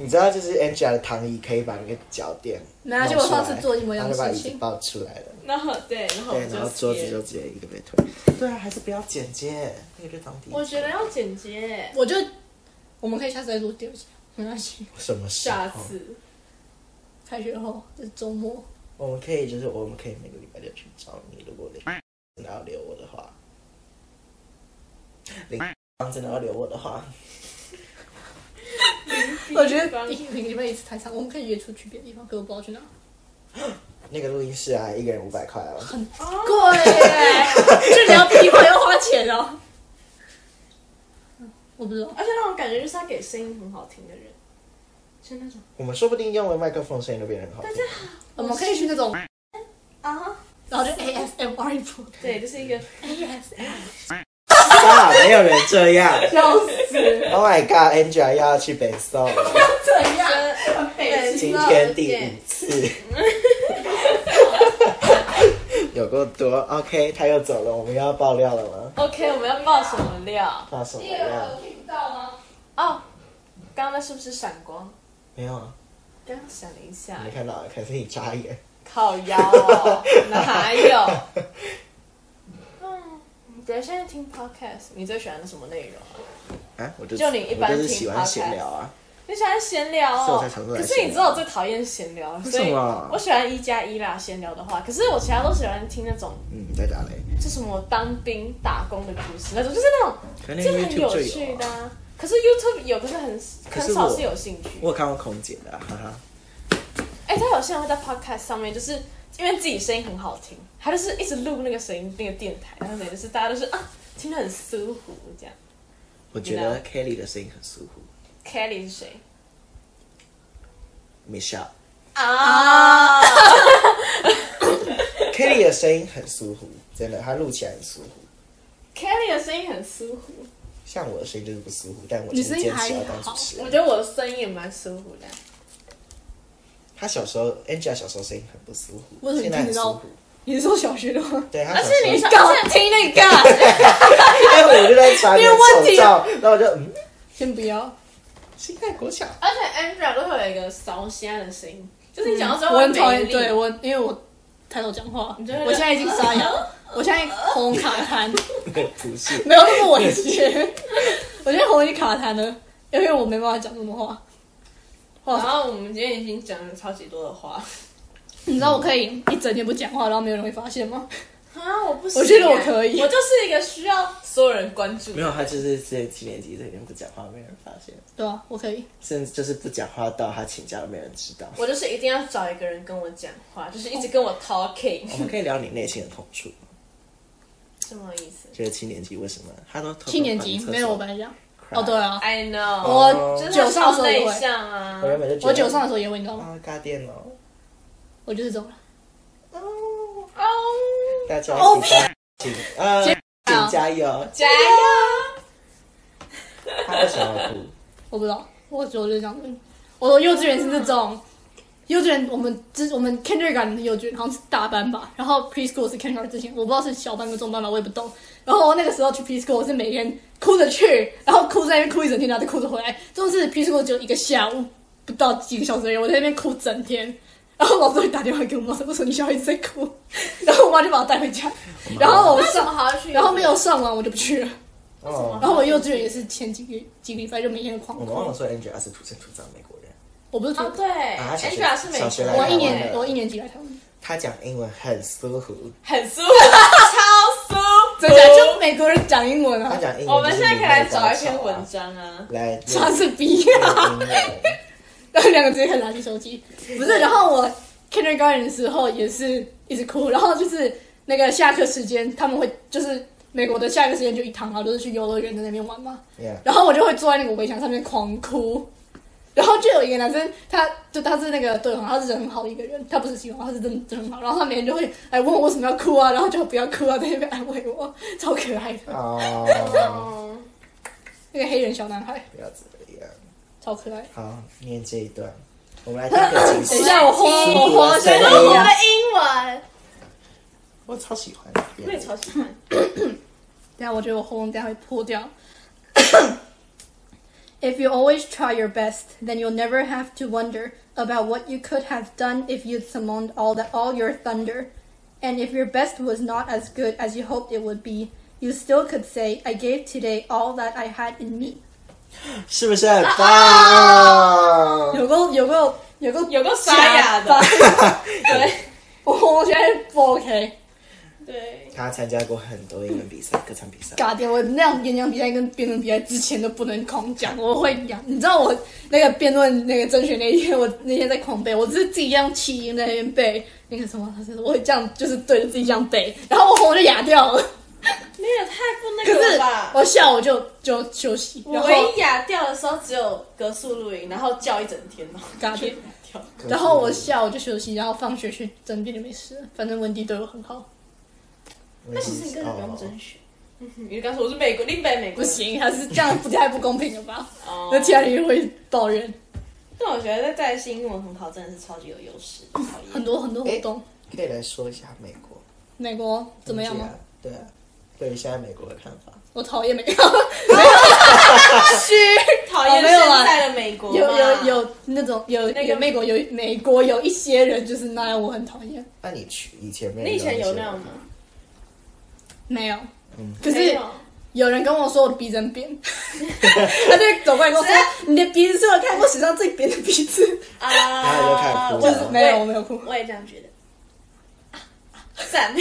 C: 你知道，就是 Angela 的躺椅可以把那个脚垫
A: 没关系
C: 弄出来
A: 我上次做一模一样的
C: 然后就把
A: 事
C: 椅
A: 情
C: 子抱出来了，
B: 然后对，然后我
C: 对，
B: 们就
C: 然后桌子
B: 接
C: 哦就直接一个被推。对啊，还是不要剪接，那个就当底。
B: 我觉得要剪接，
A: 我就我们可以下次再录第二集，没关系。
C: 什么哦时候
B: 下次
A: 开学后，这是周末，
C: 我们可以就是我们可以每个礼拜六去找你，如果你然后留我的话，零方真的要留我的话， (laughs)
A: 我觉
B: 嗯
A: 得一个礼拜一次太长，我们可以约出去别的地方，可我不知道去哪。
C: 那个录音室啊，一个人五百块哦。
A: 贵耶，就你要劈腿要花钱哦。我不知道，
B: 而且那种感觉就是他给声音很好听的人，就那种
C: 我们说不定用了麦克风声音都变得很好听。
A: 我们可以去那种，
B: 啊，
A: 然后就 ASMR 一波
B: 对，就是一个
A: ，ASMR，
C: 啊，没有人这样。
A: 笑死，
B: (laughs)
C: Oh my god，Angela 又要去北宋了，
A: 这样
B: 很
A: 北
C: 今天第五次， (laughs) 有够多。OK，他又走了，我们又要爆料了吗？
B: OK，我们要爆什么料？
C: 爆什么料？
A: 听不到吗？
B: 哦，刚刚那是不是闪光？
C: 没有啊，
B: 刚刚闪了一下
C: 没，看到，可是你眨眼。
B: 靠腰
C: (laughs)
B: 哦，哪有？嗯，等一下在听 podcast，你最喜欢什么内容啊？
C: 啊，我就
B: 就你一般
C: 我就是
B: 听
C: 喜欢闲聊啊。
B: 你喜欢闲聊
C: 所以我
B: 哦
C: 才常，做来
B: 可是你知道我最讨厌闲聊，所
C: 为
B: 以
C: 什么
B: 我喜欢一加一啦，闲聊的话，可是我其他都喜欢听那种，
C: 嗯，你在打雷。
B: 就什么当兵打工的故事那种，就是那种
C: 可能
B: 真的
C: YouTube
B: 很
C: 就有啊
B: 有趣的、啊。可是 YouTube 有，可是很
C: 可
B: 很
C: 是
B: 少
C: 我
B: 是有兴趣。
C: 我有看过空姐的啊、哈哈。
B: 哎、他有些人会在 podcast 上面，就是因为自己声音很好听，他就是一直录那个声音那个电台，然后等于是大家都是啊，听得很舒服这样。
C: 我觉得 Kelly 的声音很舒服
B: Kelly 是谁
C: ，Michelle
B: 啊？
C: Kelly 的声音很舒服，真的，她录起来很舒服。
B: Kelly 的声音很舒服，
C: 像我的声音就是不舒服，但我就
A: 你
C: 是
A: 声
C: 坚
A: 音
C: 持要
A: 还
C: 当主
A: 好
C: 持
B: 我
C: 人。
B: 觉得我的声音也蛮舒服的。
C: 她小时候，Angela 小时候声音很不舒服，
A: 为什么
C: 现在很
A: 听得
C: 舒
A: 到
C: 服。？
A: 你是说小学的吗？
C: 对，她
B: 而
C: 小时
B: 且
C: 候
B: 你想，而且听那个，
C: 因 (laughs) 为我就在传你
A: 你
C: 的
A: 有问
C: 丑
A: 题
B: 啊
C: 照，然后我就嗯，
A: 先不要，
C: 心态国小。 (laughs)
B: 而且 Andrea 都会有一个烧虾的声音，就是你讲到之后
A: 我
B: 会
A: 很讨
B: 美
A: 厌，
B: 丽。
A: 对我，因为我抬头讲话，
B: 就会
A: 我现在已经
B: 哎
A: 沙哑，
B: (laughs)
A: 我现在喉咙卡痰，
C: 不是，
A: 没有那么猥亵，我现在喉咙已经卡痰了，因为我没办法讲这么话。
B: 然后我们今天已经讲了超级多的话
A: 你知道我可以一整天不讲话，然后没有人会发现吗？
B: 啊，我不行
A: 我觉得我
B: 欸
A: 可以
B: 我就是一个需要所有人关注的
C: 没有，她就是之前七年级这边不讲话，没人发现，
A: 对啊，我可以。
C: 甚至就是不讲话到她请假都没人知道。
B: 我就是一定要找一个人跟我讲话，就是一直跟我 talking，、
A: (laughs)
C: 我们可以聊你内心的痛处，
B: 什么意思
C: 就是七年级为什么她都偷偷
A: 七年
C: 跑去
A: 级
C: 厕所
A: 没有我白讲。
C: cry
A: 哦，对啊，
B: ？I
C: 哦
B: know，
A: 我
B: 就是
A: 九
B: 超
A: 上的时候也
B: 内
A: 会，
B: 向啊
C: 我。原本就觉得
A: 我九上的时候也会，你知道吗？
C: 啊，尬电哦，
A: 我就是这种
C: 哦，
A: 人。
B: 哦，
C: 大家
A: 哦
C: 一起加请呃，
A: 加
C: 请加油！
B: 加油！
C: 他为什么要哭？
A: 我不知道，我觉得我就是这样的人。我说幼稚园是那种，幼稚园我们之我们 kindergarten 的幼稚园好像是大班吧，然后 preschool 是 kindergarten 之前，我不知道是小班跟中班吧，我也不懂。然后那个时候去 preschool 我是每天哭着去，然后哭在那边哭一整天，然后再哭着回来，总是 preschool 只有一个下午，不到几个小时而已，我在那边哭整天。然后老师会打电话给我妈，我说你小孩一直在哭，然后我妈就把我带回家，然后我
B: 为什么
A: 上，
B: 还要去？
A: 然后没有上完我就不去了。
C: 哦，
A: 然后我幼稚园也是前几个几个礼拜就每天狂
C: 我
A: 哭
C: 们，忘了说 Angela 是土生土长美国人，
A: 我不是
B: 哦，对
C: 啊小学
B: ，Angela 是美
C: 小学
B: 国
C: 来
A: 我
C: 台
A: 一
C: 湾
A: 年
C: 了
A: 我一年级来台湾，
C: 她讲英文很舒服，
B: 很舒服，超舒服。
A: 真的啊就美国人讲英文
C: 她
A: 啊，
C: 讲英文就
B: 我们现
C: 是你的高潮啊。
B: 在可以来找一篇文章啊。
C: 来
A: 他
C: 念
A: 是逼
C: 念
A: 啊，
C: 英文。
A: 然后两个直接开始拿起手机，不是，然后我 kindergarten 的时候也是一直哭，然后就是那个下课时间他们会就是美国的下课时间就一堂，然后都是去游乐园在那边玩嘛， (laughs)
C: Yeah，
A: 然后我就会坐在那个围墙上面狂哭。然后就有一个男生，他就他是那个对方，他是人很好的一个人，他不是喜欢，他是真的真的很好。然后他每天就会哎问我为什么要哭啊，然后就不要哭啊，在那边安慰我，超可爱的
C: 哦，
B: 嗯，
A: 那个黑人小男孩，
C: 不要这样。
A: 超可爱。
C: 好，念这一段，我们来听个情
A: 等一
C: 绪。
A: 下我轰
C: 舒
A: 我
C: 服
A: 轰
C: 的
A: 了，
C: 声
B: 然后我
C: 音
B: 的，英文，
C: 我超喜欢。
B: 我也超喜欢。
A: 等一下我觉得我喉咙等一下会破掉。If you always try your best, then you'll never have to wonder about what you could have done if you'd summoned all the, all your thunder. And if your best was not as good as you hoped it would be, you still could say, I gave today all that I had in me.
C: 是不是很棒？
A: 有够有够有够
B: 有个
A: (laughs)
B: 沙哑的
A: 假发 (laughs)
B: 对
A: 我我现在不 OK。
B: 对，
C: 他参加过很多英文比赛、歌唱比赛。
A: 尬点，我那样演讲比赛跟辩论比赛之前都不能狂讲，我会讲。你知道我那个辩论那个甄选那一天，我那天在狂背，我是自己这样气音在那边背那个什么，我会这样就是对着自己这样背，然后我喉咙就哑掉了。
B: 你也太不那
A: (laughs) 可
B: 个了
A: 是
B: 吧！
A: 我下午就就休息，
B: 我
A: 然后
B: 唯一哑掉的时候只有格数露营，然后叫一整天哦，
A: 尬点，
B: 跳。
A: (laughs) 然后我下午就休息，然后放学去争辩就没事了，反正温迪对我很好。
B: 那
C: 那
B: 其实你根本不用甄选。嗯哼你刚说我是美国，另北美国
A: 不
B: 人。
A: 行，还是这样不太不公平了吧？
B: 哦
A: 那其他人会抱怨
B: 但我觉得在新英文很好，真的是超
A: 哦
B: 级有优势。讨厌
A: 很多很多活动。
C: 哦可以来说一下美国
A: 美国怎么样
C: 经济
A: 吗
C: 啊？？对啊，对于现在美国的看法，
A: 我讨厌美国。
B: (laughs) 虚，讨厌
A: 哦没有
B: 现
A: 啊
B: 在的美国嘛
A: 有有，有那种有
B: 哦那个
A: 有美国有美国有一些人就是那样，我很讨厌。
C: 那你去以前没有？
B: 你以前有那样？吗？
A: 没有，
C: 嗯
A: 可
B: 没
A: 是
B: 有
A: 有人跟我说我的鼻针
B: (laughs)
A: 扁，他就走过来跟我说：“你的鼻子是我看过史上最扁的鼻子。
C: 后就开始
B: 啊，
C: 哭
B: 我
C: 了
A: 就是没有我没有哭
B: 我也这样觉得。啊啊赞，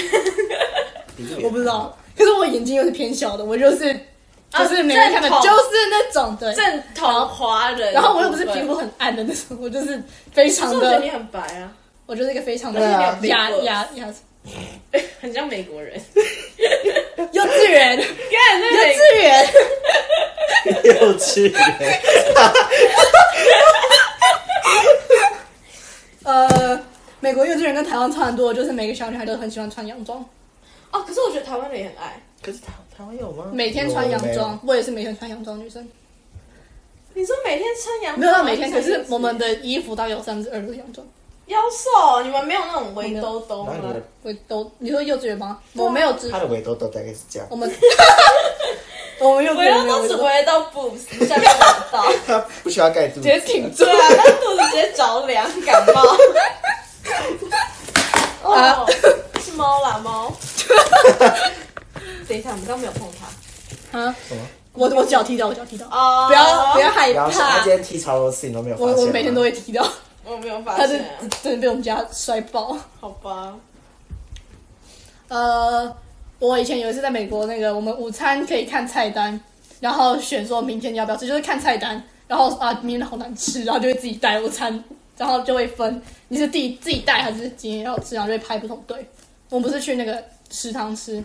C: 比 (laughs) 例”
A: 我不知道，可是我眼睛又是偏小的，我就是
B: 啊
A: 就是没人看的，
B: 正统
A: 就是那种对。
B: 正统华人。
A: 然后我又不是皮肤，很暗的那种，我就是非
B: 可
A: 常
B: 是我觉得你
A: 的，
B: 很白
A: (laughs)
B: 啊，
A: 我就是一个非常的
C: 对啊
A: 亚
B: 你有
A: 亚
B: 美国
A: 亚亚
B: 很像美国人。
A: (laughs) 幼稚园幼
B: 看那美
A: 稚园。
C: 幼稚园，
A: (laughs) 呃，美国幼稚园跟台湾差很多，就是每个小女孩都很喜欢穿洋装，
B: 哦，可是我觉得台湾人也很爱。
C: 可是台台湾有吗？
A: 每天穿洋
C: 有
A: 装。。我也是每天穿洋装，女生
B: 你说每天穿洋装，
A: 没有到啊每天，
B: 穿
A: 可
B: 裙子
A: 是我们的衣服大概有三十二个洋装。
B: 妖兽，你们没有那种围兜兜
C: 然
B: 吗
C: 后你？的
A: 我都你说幼稚园吗？
B: 对啊
A: 我没有只
C: 他的围兜兜大概是这样
A: 我，们 (laughs) 我们幼稚
B: 围
A: 园
B: 兜
A: 没有
B: 兜只
A: 围
B: 围到 boobs，下面很到。
C: 他 (laughs) 不需要盖住，
A: 直接挺
B: (laughs)
A: 住
B: 对。啊，那肚子直接着凉，感冒。
A: 啊
B: (laughs) 哦，是猫啦猫。等一下，我们刚刚没有碰它。
A: 啊
C: 什么？
A: 我我脚踢到，我脚踢到，
B: 哦
A: 不要不要害
C: 然后他
A: 怕
C: 今。天踢超多次，你都没有发
A: 我
C: 现吗
A: 我每天都会踢到，
B: 我没有发
A: 他是
B: 现，
A: 真的被我们家摔爆。
B: 好吧？
A: 呃，我以前有一次在美国，那个我们午餐可以看菜单，然后选说明天要不要吃，就是看菜单，然后啊明天好难吃，然后就会自己带午餐，然后就会分你是自己自己带还是今天要吃，然后就会排不同队。我们不是去那个食堂吃，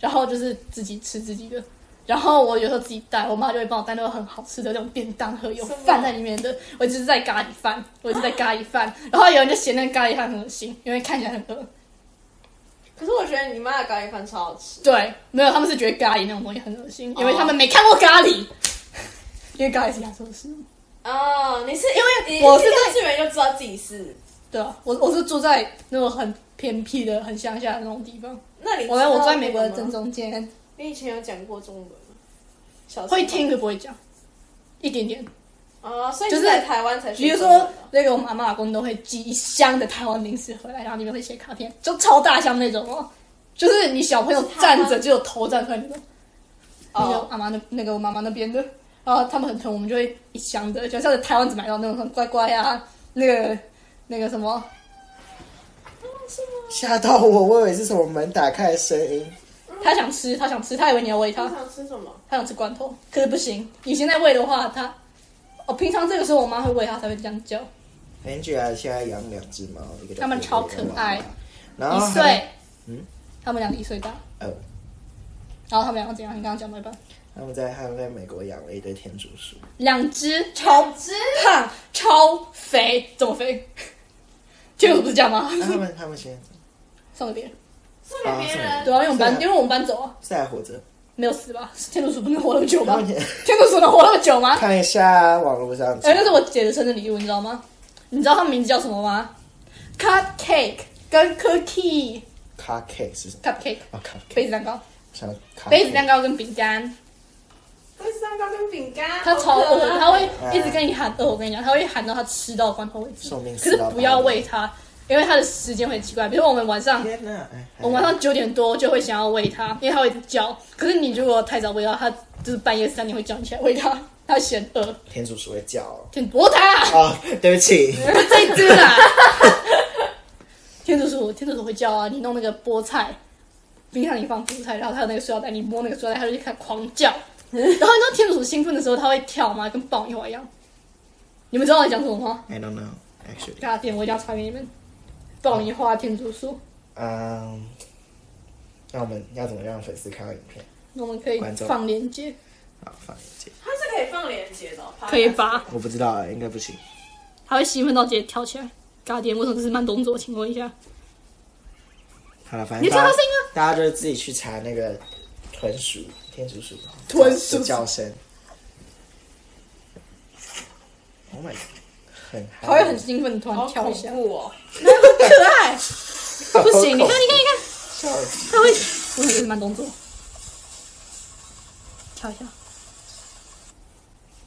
A: 然后就是自己吃自己的。然后我有时候自己带，我妈就会帮我带那种很好吃的那种便当盒，有
B: 什么
A: 饭在里面的。我就是在咖喱饭，我就是在咖喱饭。然后有人就嫌那个咖喱饭很恶心，因为看起来很饿。
B: 可是我觉得你妈的咖喱饭超好吃。
A: 对，没有，他们是觉得咖喱那种东西很恶心，因为
B: 哦
A: 他们没看过咖喱， (laughs) 因为咖喱是亚洲食物。
B: 哦，你是因
A: 我是
B: 是
A: 在
B: 幼稚园就知道自己是，
A: 对啊，我我是住在那种很偏僻的、很乡下的那种地方。
B: 那你知道
A: 我在我住在美
B: 那个
A: 国的
B: 吗
A: 正中间，
B: 你以前有讲过中文吗？小时候
A: 会听可不会讲，一点点。
B: 哦，所以
A: 就
B: 你
A: 是
B: 在台湾才学
A: 比如
B: 中文
A: 说
B: 哦。
A: 那个我妈妈老公都会寄一箱的台湾零食回来，然后里面会写卡片，就超大箱那种哦，就是你小朋友站着只有头站出来那种。那个
B: 哦
A: 阿妈那那个我妈妈那边的，然后他们很疼，我们就会一箱的，就像在台湾只买到那种什么乖乖啊，那个那个什么，
C: 吓到我，我以为是什么门打开的声音。
A: 他想吃，他想吃，他以为你要喂
B: 你
A: 他，
B: 想吃什么？
A: 他想吃罐头，可是不行，你现在喂的话，他，哦，平常这个时候我妈会喂他才会这样叫，
C: Angela 现在养两只猫，一个叫
A: 它们超可爱，
C: 然后
A: 一
C: 它
A: 岁，
C: 嗯，
A: 他们两个一岁大，
C: 哦，
A: 然后他们两个怎样？你刚刚讲到一半，
C: 他们在他们在美国养了一堆天竺鼠，
A: 两只超
B: 只
A: 胖、超肥，怎么肥？ (laughs) 天鹅不是这样吗？
C: 那他们他们现在
A: 送给别人，
B: 送给别
C: 啊
B: 人。
A: 对啊，因为我们班，
C: 是啊
A: 因为我们班走啊。
C: 是还活着。
A: 没有死吧？是天竺鼠不能活那么久
C: 然
A: 吗
C: 后？你
A: 天竺鼠能活那么久吗？
C: 看一下网络上，
A: 哎、那是我姐的生日礼物，你知道吗？你知道它们名字叫什么吗？Cupcake 跟 Cookie
C: cupcake 是什么？
A: Cupcake
C: 哦，cupcake，
A: 杯子蛋糕，
C: 像
A: 杯子蛋
C: 糕，
A: 糕跟饼干，
B: 会是蛋糕跟饼干，
A: 它超
B: 好
A: 饿
B: 可
A: 的，
B: 爱
A: 它会一直跟你喊饿。呃我跟你讲，它会喊到它吃到罐头为止。
C: 寿命
A: 可
C: 四
A: 是
C: 到八
A: 不要喂它，因为它的时间会很奇怪。比如说我们晚上，
C: 天哪！哎
A: 我晚上九点多就会想要喂它，因为它会一直叫。可是你如果太早喂它，它就是半夜三点会叫你起来喂它，它嫌饿， (laughs)
C: 天竺鼠会叫哦。
A: 舔脖它。
C: 哦，对不起，
A: 这一只啊啦。天竺鼠，天竺鼠会叫啊！你弄那个菠菜，冰箱里放蔬菜，然后它有那个塑料袋，你摸那个塑料袋，它就开始狂 (laughs) 叫。然后你知道天竺鼠兴奋的时候它会跳吗？跟爆米花一样。你们知道我在讲什么吗？
C: I don't know actually.
A: 大家点，我一定要传给你们。爆米花天竺鼠，
C: 嗯，那我们要怎么让粉丝看到影片？
A: 我们可以
C: 观众
A: 放链接，
C: 好，放链接。
B: 它是可以放链接的哦，
A: 可以吧？
C: 我不知道，啊应该不行。
A: 它会兴奋到直接跳起来。嘎点，为什么这是慢动作？请问一下，
C: 好了，反
A: 你
C: 正
A: 有
C: 大
A: 听到
C: 家
A: 声音吗？
C: 大家就是自己去查那个豚鼠、天竺鼠、
A: 豚鼠
C: 的叫声。Oh my，god，很嗨
A: 它会很兴奋，突然
B: 好
A: 跳
B: 恐
A: 一下，
B: 怖哦！
A: 可爱。 (laughs) 不行，你看，你看，你看。
C: 笑死。
A: 他会，我也是慢动作，跳一下，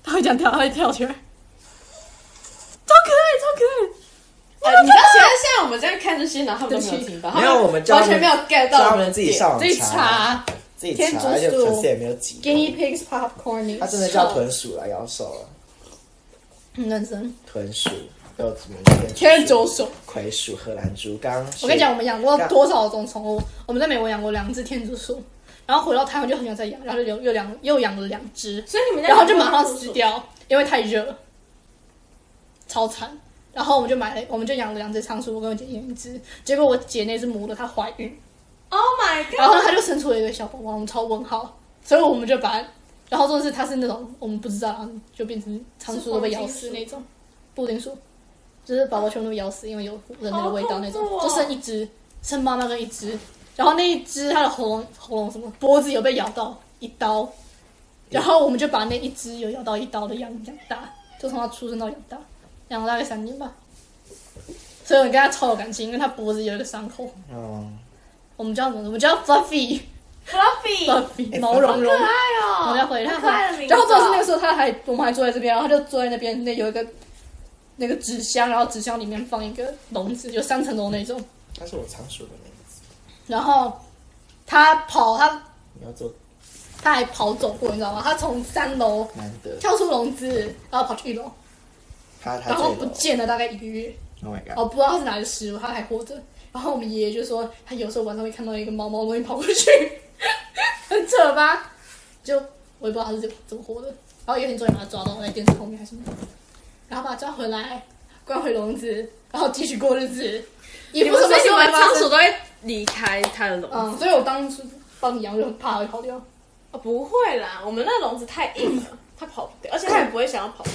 A: 他会这样跳，他会跳起来，超可爱，超可爱。
B: 哎，你知道现在现在我们在看这些，然后他们都没有听到，他
C: 没有我们叫他
B: 完全
C: 们
B: 没有 get
C: 叫
B: 到，
C: 他们自己上网
B: 自己
C: 查
B: 查，
C: 自己
A: 天竺
C: 查，
A: 鼠
C: 而且粉丝也没有几个。
A: Guinea pigs popcorn，
C: 它真的叫豚鼠了，咬手了。
A: 很认真。
C: 豚鼠又怎么
A: 天竺鼠，
C: 葵鼠、荷兰猪？刚刚
A: 我跟你讲，我们养过多少种宠物？我们在美国养过两只天竺鼠，然后回到台湾就很想再养，然后就留又养又养了两只，
B: 所以你们
A: 然后就马上死掉，因为太热了，超惨。然后我们就买了，我们就养了两只仓鼠，我跟我姐养一只。结果我姐那只母的她怀孕，
B: ！Oh my
A: 然
B: god！
A: 后他就生出了一个小宝宝，我们超问号，所以我们就把它，然后就是它是那种我们不知道，然后就变成仓鼠都被咬死那种，布丁鼠，就是宝宝全部都咬死，因为有人类的味道那种，
B: 好恐怖哦
A: 就剩一只，剩妈妈跟一只，然后那一只它的喉咙喉咙什么脖子有被咬到一刀，然后我们就把那一只有咬到一刀的养养大，就从它出生到养大，养了大概三年吧，所以我跟它超有感情，因为它脖子有一个伤口，
C: 哦，
A: 我们叫什么？我们叫 Fluffy。
B: Fluffy，
A: Fluffy，毛
C: 哎
A: 茸茸啊
B: 可，爱
A: (laughs) 然后
B: 哦，
A: 要回来
B: 好可爱的名字
A: 然
B: 哦。
A: 后主要是那个时候他还我们还坐在这边，然后他就坐在那边，那有一个那个纸箱，然后纸箱里面放一个笼子，有三层楼那种。
C: 它是我仓鼠的名字。
A: 然后他跑，他
C: 你要做
A: 他还跑走过，你知道吗？他从三楼
C: 难得，
A: 跳出笼子，然后跑去一楼，
C: 它它
A: 然后不
C: 最
A: 见了大概一个月。
C: low。Oh my
A: 哦，
C: god！
A: 不知道它是哪里的食物，它还活着。然后我们爷爷就说，他有时候晚上会看到一个毛毛东西跑过去， (laughs) 很扯吧？就我也不知道它是怎么怎么活的。然后有一天终于把它抓到在电视后面还是什么，然后把它抓回来，关回笼子，然后继续过日子。也
B: 你
A: 不
B: 们
A: 是
B: 所
A: 没
B: 以你
A: 有
B: 们仓鼠
A: 生。
B: 都会离开它的笼子？
A: 嗯，所以我当初帮你养就很怕它会跑掉。
B: 哦不会啦，我们那笼子太硬 (coughs) 了，它跑不掉，而且它也不会想要跑掉，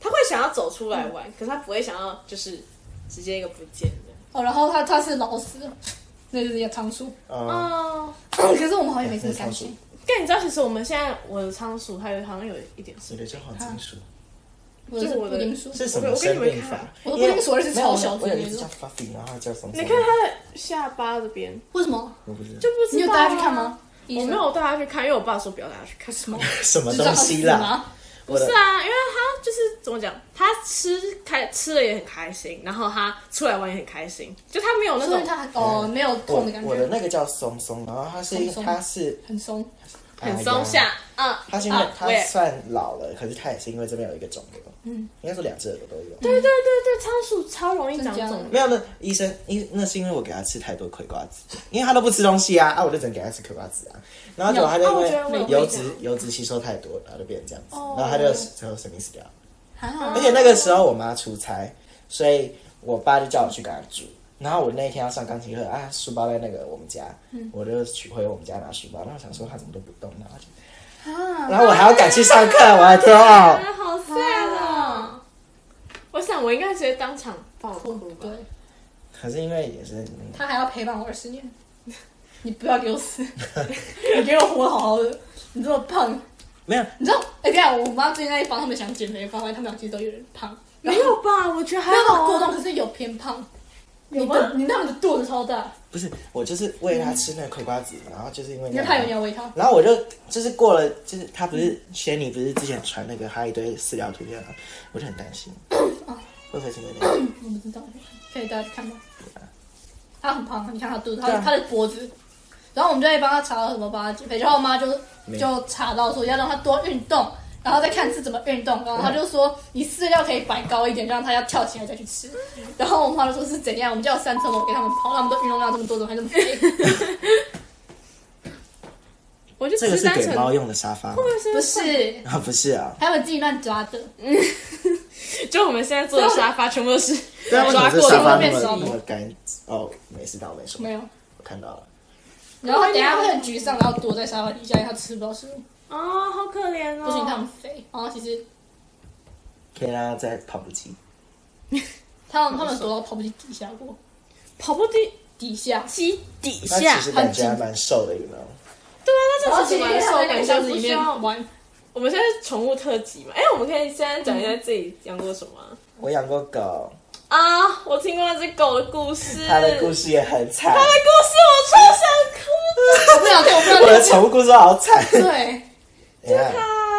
B: 它会想要走出来玩，可是它不会想要就是直接一个不见的。
A: 哦，然后它它是老死，那就是一个仓 (coughs) 鼠。
C: 哦，
B: 哦，
A: 可是我们好像也没什么感
C: 仓
A: 情
C: 鼠。
B: 但你知道，其实我们现在我的仓鼠还有好像有一点
C: 我
B: 是
C: 的叫黄金鼠。
A: 我的是布丁鼠，
C: 是什么生病法？
B: 啊
A: 我跟你们说的是超小
C: 我
A: 只
C: 有
A: 的
C: 一
A: 那
C: 只
A: 种
C: 叫。Fluffy，然后它叫什么？
B: 你看它的下巴这边，
A: 为什么？
C: 我不知道
B: 就不知道啊
A: 你有带它去看吗？？医
B: 我
A: 生
B: 没有带它去看，因为我爸说不要带它去看什么。
C: (laughs) 什么
A: 是
C: 东西啦。？
B: 不是啊，因为它就是怎么讲，它吃开吃了也很开心，然后它出来玩也很开心，就它没有那
A: 所以
B: 种
A: 它哦没有
C: 我
A: 痛的感
C: 我的
A: 觉，
C: 那个叫松松，然后它是
A: 松松
C: 它是
A: 很松。
B: 很松
C: 哎
B: 下
C: 呀。
B: 嗯，
C: 它是因为
B: 啊
C: 它
B: 喂
C: 算老了，可是它也是因为这边有一个肿瘤，嗯，应该说两只耳朵都有。
B: 对对对对，仓鼠超容易长
A: 真假
B: 肿
A: 的
C: 没有，那医生，医那是因为我给他吃太多葵瓜子，因为他都不吃东西啊，啊，我就只能给他吃葵瓜子啊，然后结果他就
B: 啊我觉得
C: 因
B: 我也
C: 为
B: 会这
C: 油脂
B: 样
C: 油脂吸收太多，然后就变成这样子，
B: 哦
C: 然后他就最后生病死掉。
A: 啊
C: 而且那个时候我妈出差，所以我爸就叫我去跟他住。然后我那一天要上钢琴课啊，书包在那个我们家，
A: 嗯
C: 我就去回我们家拿书包。然后我想说他怎么都不动，然后就，
A: 啊！
C: 然后我还要赶去上课，我的天啊！
B: 啊，好 sad 哦！我想我应该直接当场爆哭吧
A: 对。，
C: 可是因为也是，嗯
A: 它还要陪伴我二十年。 (laughs) 你不要给我死， (laughs) 你给我活得好好的。你这么胖，
C: 没有
A: 你知道？哎，这样我妈最近在帮他们想减肥，发现他们俩其实都有点胖，
B: 没有吧？我觉得还
A: 没有
B: 好
A: 到过
B: 啊。
A: 重，可是有偏胖。
B: 有
A: 你
B: 吗
A: 的你那你的肚子超大，
C: 不是我就是喂他吃那个葵瓜子，然后就是因为
A: 你看
C: 那
A: 它有没有喂它？
C: 然后我就就是过了，就是他不是轩尼不是之前传那个他一堆饲料图片吗？我就很担
A: (coughs)
C: 心，
A: 哦
C: 会不会是那个？
A: 我不知道，可以大家去看吧。他很胖，你看他肚子，他
C: 对啊
A: 他的脖子。然后我们就在帮他查怎么帮他减肥，然后我妈就
C: 没
A: 就查到说要让他多运动，然后再看是怎么运动。然后他就说你饲料可以摆高一点，让他要跳起来再去吃。哎
C: (laughs)
A: 然后我妈就说是怎样，我们叫三层楼给他们跑，他们都运动量这么多，怎么还这么肥？
B: 就
C: 这个
B: 只
C: 是
B: 单
C: 给
B: 纯
C: 猫用的沙发吗？
A: 不是，
C: 啊，不是啊，
A: 还有自己乱抓的，
B: 就我们现在坐的沙发全部都是
C: 对啊，为什么
B: 抓
C: 这
B: 过
C: 沙
B: 的
C: 发
B: 后
C: 那
B: 面
C: 么
B: 抓
C: 那
B: 的。
C: 么干？哦，没事，当我没说，
A: 没有。
C: 我看到了。
A: 然后等一下会很沮丧，然后躲在沙发底下，因为他吃不到食物，
B: 哦，好可怜哦。
A: 不行他很肥。然后其实
C: 可以让它啊在跑步机，
A: 他们他们躲到跑步机底下过，
B: 跑步机
A: 底下。
B: 机底
C: 那
B: 下
C: 其，实感觉还蛮瘦的，有没有？
B: 啊那这
A: 其
B: 是
A: 实
B: 蛮瘦的，
A: 在那
B: 感
A: 个
B: 觉
A: 箱子
B: 不
A: 里
B: 需
A: 面
B: 要。
A: 玩，
B: 我们现在是宠物特辑嘛？哎，我们可以现在讲一下自己养过什么啊
C: 我养过狗，
B: 啊？我听过那只狗的故事，
C: 它的故，事也很惨。
B: 它的故事我超想哭。 (laughs)
A: 我不想听，我不想
C: 我的
A: 听。
C: 宠物故事好惨。
A: 对，
C: 等一下，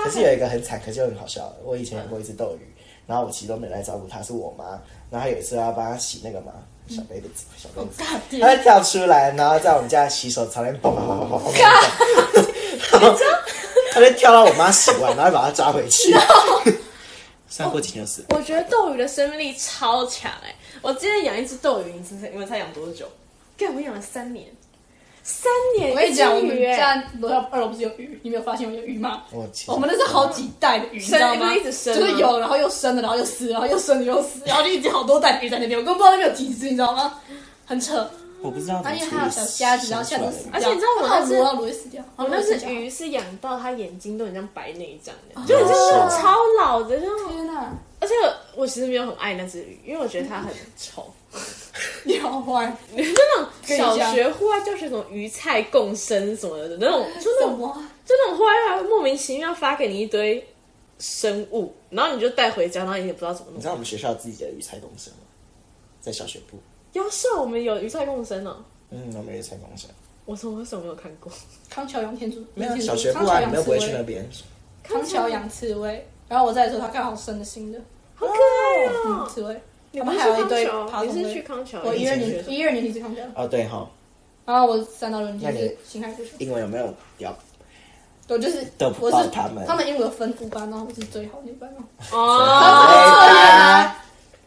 C: 可是有一个很惨，可是又很好笑的。我以前养过一只斗鱼，然后我其实都没来照顾它，是我妈。然后有一次我要帮它洗那个嘛小 baby 子，小 baby 子，
A: 大
C: 它
A: 爹，
C: 会跳出来，然后在我们家的洗手槽那边蹦蹦蹦蹦蹦蹦蹦，然后它就跳到我妈洗完，然后把它抓回去。上过几天就死了，
B: 我觉得斗鱼的生命力超强哎、我之前养一只斗鱼，你知道你们才养多久？干，我养了三年，三年
A: 我跟
B: 一
A: 你
B: 只
A: 讲，我们
B: 鱼哎、
A: 家楼下二楼不是有鱼？你没有发现我有鱼吗？
C: 我其实
A: 我们那是好几代的鱼，你知道吗？
B: 生一直生吗
A: 就是有，然后又生了，然后又死了，然后又生了又死，然后就一直好多代鱼在那边，我根本不知道那边有几只，你知道吗？很扯。
C: 我不知道怎
A: 而
C: 么
A: 且
C: 处
A: 还有
C: 理
A: 小虾子，然后
C: 生
A: 虾
C: 出
A: 子
C: 来
A: 都
B: 而且
C: 的鱼
A: 死掉，啊
B: 你知道我那
A: 然后
B: 是
A: 螺，然后螺会死掉，然
B: 我
A: 后
B: 哦那
A: 螺
B: 只
A: 会死掉
B: 鱼是养到它眼睛都很像白内障的，就很像
C: 哦
B: 超老的，就
A: 天哪，
B: 而且我其实没有很爱那只鱼，因为我觉得它很丑。
A: 你好坏，
B: 你知道那种
A: 跟你讲
B: 小学户外教学什么鱼菜共生什么的那种，就那 (laughs)
A: 什
B: 种
A: 么？
B: 就那种户外教学莫名其妙发给你一堆生物，然后你就带回家，然后你也不知道怎么弄
C: 你知。道我们学校自己的鱼菜公司吗？在小学部，
B: 妖兽，我们有鱼菜共生哦。
C: 嗯，我们有鱼菜公司，
B: 我怎么为什么没有看过？
A: 康桥养天竺，
C: 没有
A: 天竺
C: 小学部
A: 康桥
C: 啊，
A: 养
C: 你们又不会
A: 刺
C: 去
A: 猬
C: 那边。
A: 康桥养刺猬，然后我在的时候，他刚好生了新的
B: 好可爱
A: 嗯
B: 哦！
A: 刺猬，
B: 你
A: 他
B: 不
A: 们
B: 是
A: 还有一堆
B: 去康
A: 爬
B: 桥，
A: 虫
B: 你是去
A: 类。
B: 康桥？
A: 我一二
C: 你以
A: 年，
C: 前
A: 一二年级去康桥，
C: 哦，对哈，
A: 然后我三到六年
C: 那
A: 级
C: 你
A: 是新开国小，
C: 英文有没有要
A: 我就是
C: 都不
A: 我
C: 报
A: 是
C: 他们
A: 他们英文有分五班，然后我是最好那班嘛。
B: 哦，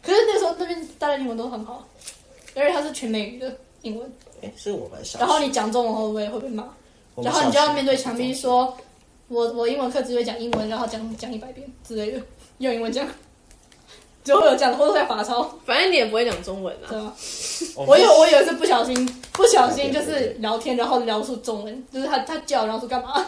A: 可是那时候那边大家英文都很好，而且他是全美语的英文，
C: 哎，是我们小学，
A: 然后你讲中文会不会会被骂？
C: 我们小
A: 然
C: 学
A: 后你就要面对墙壁，说，我我英文课只会讲英文，然后讲讲一百遍之类的，用英文讲， (laughs) 就会有这样的，或者在罚抄，
B: 反正你也不会讲中文啊
A: 对。吗？
C: 们
A: 我有我有一次不小心不小心就是聊天，然后聊出中文，就是他他叫，然后说干嘛， (laughs)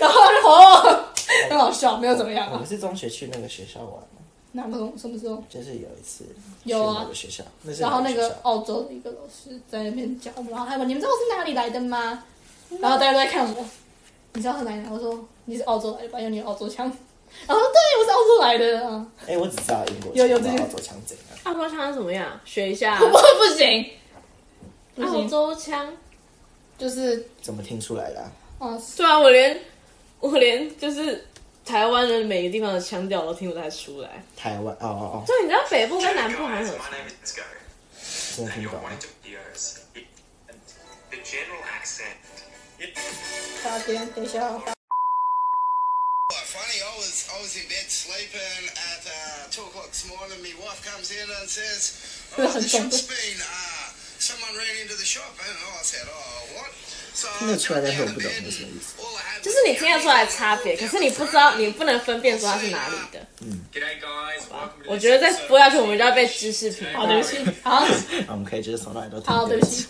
A: 然后就哦，很好笑，没有怎么样
C: 我
A: 啊
C: 们？是中学去那个学校玩嘛，
A: 哪个时候什么时候？
C: 就是有一次
A: 有啊
C: 去某个学校，那是
A: 然后
C: 某
A: 那
C: 学
A: 个哦
C: 校
A: 澳洲的一个老师在那边讲，然后他问你们知道我是哪里来的吗？然后大家都在看我，你知道是哪里来的？我说你是澳洲来的吧，用你的澳洲腔。然后对，我是澳洲来的啊，
C: 哎，我只知道英国
A: 有有
C: 这
A: 这个
C: 澳洲腔怎样，
B: 澳洲腔怎么样？学一下啊
A: 我。不行，不
B: 澳
A: 行，
B: 洲腔。
A: 就是
C: 怎么听出来的啊？
A: 啊，
B: 对啊，我连我连就是台湾人每个地方的腔调都听不太出来。
C: 台湾哦哦哦，
B: 对，你知道北部跟南部还有
D: So my name is Go,
C: 真的
D: and
C: 听不
D: you're
C: 懂啊
D: wanting。to yours. And The general accent.
A: 大家等等一下啊，
E: Quite funny, I was I was in bed sleeping at uh, two o'clock this morning. My wife comes in and says, "Oh, the shop's been uh, someone ran into the shop," and I said, "Oh, what?" So I
C: 听得出来，但是
E: jumped
C: 我不懂
E: out of bed
C: 那
E: and
C: 什么意思。
E: all I had
B: 就
E: was
B: 是你听得出来差别，可是你不知道，你不能分辨出它是哪里的。
D: G'day guys, welcome to
B: 我觉得再播下去，我们就要被知识评判。
A: 好，啊对不起，好，
C: 啊我们可以就是从哪里都听。
A: 好，对不起，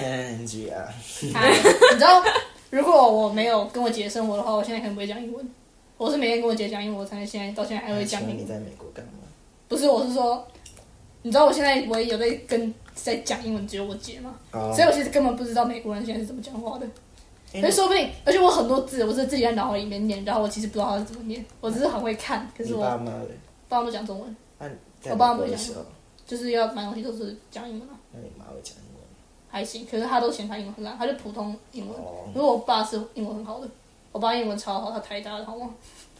C: NG 啊，
A: (laughs) 好，你知道，如果我没有跟我姐生活的话，我现在可能不会讲英文。我是每天跟我姐讲英文，我才现在到现在还会讲
C: 请
A: 英
C: 问
A: 文
C: 你。在美国干嘛？
A: (laughs) 不是，我是说，你知道我现在我也有在跟在讲英文，只有我姐嘛，
C: 哦
A: 所以我其实根本不知道美国人现在是怎么讲话的。
C: 哎
A: 所以说不定，而且我很多字我是自己在脑海里面念，然后我其实不知道它是怎么念，我只是很会看，可
C: 你
A: 是我
C: 爸妈嘞？
A: 爸妈都讲中文，
C: 那你在
A: 我
C: 美
A: 爸妈
C: 国
A: 不
C: 的
A: 讲
C: 时候，
A: 就是要买东西都是讲英文啊，
C: 那你妈会讲英文？
A: 还行。可是他都嫌他英文很烂，他就普通英文。
C: 哦
A: 如果我爸是英文很好的，我爸英文超好，他台大的好吗？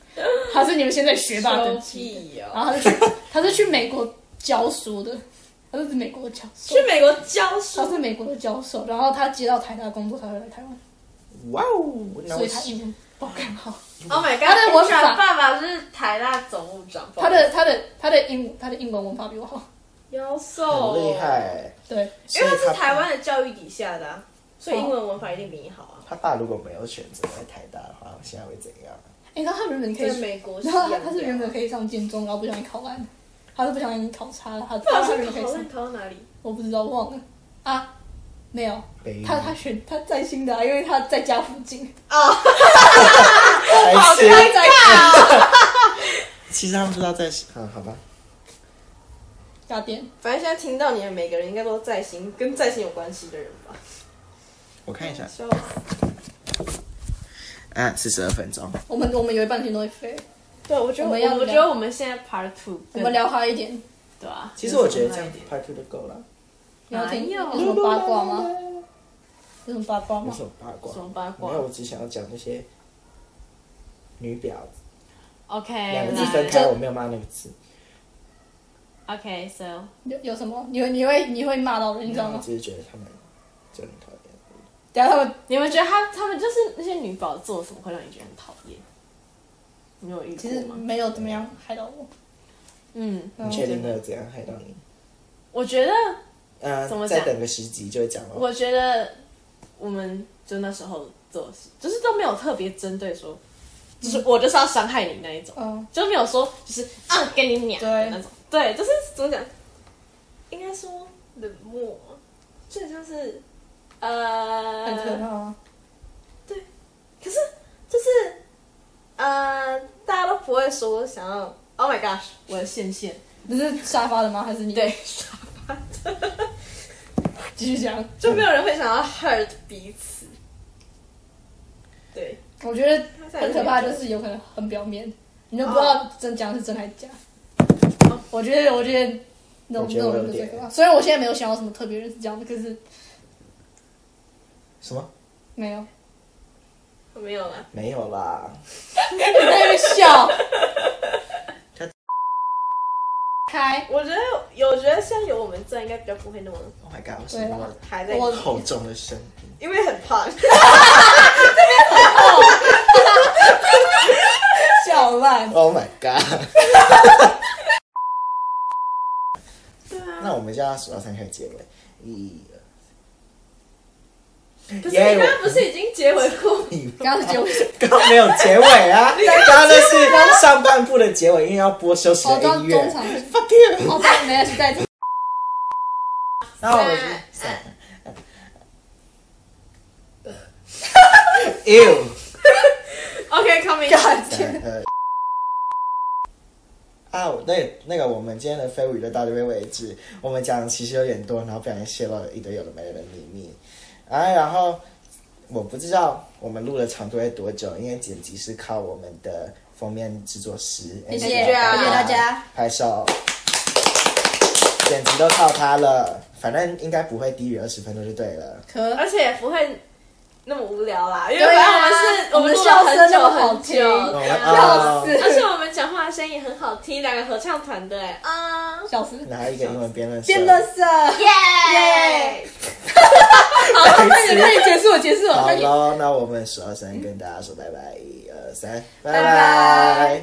A: (laughs) 他是你们现在学霸等级的，
B: 屁哦！
A: 然后他就去 (laughs) 他是去美国教书的，他是美国教书。
B: 去美国教
A: 他
B: 书，
A: 是美国的教授，然后他接到台大工作才会来台湾，
C: 哇哦，那
A: 所
C: 我哦
A: 以他英文不好看好。
B: Oh my god！
A: 他的文法
B: 我爸爸是台大总务长，
A: 他的他的他的英他的英文文法比我好，
B: 妖兽
C: 很厉，害。
A: 对，
B: 因为他
C: 所以
B: 是台湾的教育底下的啊。所以英文文法一定比你好啊。
C: 他爸如果没有选择在台大的话，我现在会怎样？
A: 哎，那他原本可以
B: 在美国是
A: 然
B: 一
A: 后
B: 样
A: 他
B: 的啊
A: 他是原本可以上建中，然后不小心考烂，他是不小心考差了，他
B: 不
A: 他
B: 好
A: 他
B: 像
A: 原本可以
B: 考
A: 上
B: 烂，考到哪里？
A: 我不知道忘了啊，没有，
C: 北
A: 他他选他在新的、啊，因为他在家附近，
C: 还是
A: 他在
C: 其实他们不知道在嗯，好吧，
A: 家店，
B: 反正现在听到你的每个人应该都是在行跟在行有关系的人吧？
C: 我看一下
B: 笑
C: 啊，四十二分钟，
A: 我们我们有一半天都会飞，
B: 对，我觉得我
A: 我们要
B: 我觉得我们现在 Part Two，
A: 我们聊好一点，
B: 对啊。
C: 其实我觉得这
B: 就是
C: 样
B: 慢一点
C: part two 就够了，
A: 你要听
B: 哪有
A: 有什么八卦吗？有什么八卦
C: 有
A: 吗
C: 什？么八卦？
B: 什么八卦
C: 没有，我只想要讲那些女婊子，
B: OK，
C: 两个字
B: 来
C: 分开，我没有骂那个字，
B: OK，so
A: 有有什么？你会你会你会骂到人，你知道
C: 我
A: 吗？
C: 只是觉得他们就很讨厌。
A: 等一下他们
B: 你们觉得他他们就是那些女宝做什么会让你觉得很讨厌？你有遇
A: 其实
B: 过吗？
A: 没有怎么样害到我，
B: 嗯，
A: 嗯
C: 你确定没有怎样害到你？
B: 我觉得怎
C: 呃，
B: 么
C: 再
B: 讲
C: 等个十集就会
A: 哦
C: 讲了。
B: 我觉得我们就那时候做事，就是都没有特别针对说，就是我就是要伤害你那一种，
A: 嗯，
B: 就没有说就是啊跟你娘的
A: 对
B: 那种，对，就是怎么讲，应该说冷漠，就很像是呃，
A: 很可怕啊。
B: 可是就是呃，大家都不会说想要 Oh my gosh，我的线线，
A: 不是沙发的吗？还是你？
B: 对，，沙发的，
A: 继续讲。
B: 就没有人会想要 hurt 彼此，对。
A: 我觉得很可怕，就是有可能很表面，你都不知道真讲的是真还是假。我觉得，我觉得那种
C: 我觉
A: 那
C: 得
A: 种
C: 我有
A: 人就最
C: 点
A: 可怕。虽然我现在没有想到什么特别人是这样的，可是
C: 什么？
A: 没有，
B: 没有啦，
C: 没有啦，
A: 你在那边笑
C: 他。
A: 开，
B: 我觉得有，我觉得现在有我们在，应该比较不会那么
C: Oh my god！我什么
B: 还在，
A: 我
C: 厚重的声音？
B: 因为很
A: (laughs)
B: 胖。
A: 笑烂。
C: Oh my
A: (laughs)
C: god！
B: 对啊，
C: 那我们就要数到三开始结尾，一、
B: 可是
C: 耶
B: 你刚刚不是已经结尾过？
A: (laughs)
C: 二，
A: 刚刚是结尾，
C: 刚刚没有结尾
A: (laughs)
C: 啊，刚刚那是上半部的结尾，因为要播休息
A: 啊哦，
C: 的
A: 刚
C: 音
A: 中
C: 乐。
A: 场，
C: Fuck you！
A: 哦，对，没有是在听。
C: 然后我们就算了。Ew！ (laughs)
B: OK，coming、
C: 呃 (laughs) 啊，我那那个，我们今天的飞舞就到这边为止。我们讲其实有点多，然后不小心泄露了一堆有的没的秘密。啊，然后我不知道我们录的长度会多久，因为剪辑是靠我们的封面制作师，
A: 谢谢，
C: Andy
A: 谢
C: 老
A: 谢
C: 板
A: 大家。
C: 拍手。剪辑都靠他了，反正应该不会低于二十分钟就对了。
A: 可
B: (laughs) 而且也不会那么无聊啦，因为
A: 对啊
B: 反正我们是、我们录了
A: 我
B: 很
A: 们笑声那
B: 久
A: 么好
B: 很
A: 听
B: 久，
C: 哦我
B: 对
C: 们
B: 啊
C: 啊，
B: 而且我们讲话的声音也很好听，两个合唱团的哎啊，
A: 笑死，
C: 然后一个英文辩论社，
A: 变得色。
B: 耶！
A: 快点，快点结束，结束，
C: 好 (laughs)
A: 快点。
C: 喽，那我们数到三跟大家说拜拜，一二三，拜
B: 拜
C: 拜。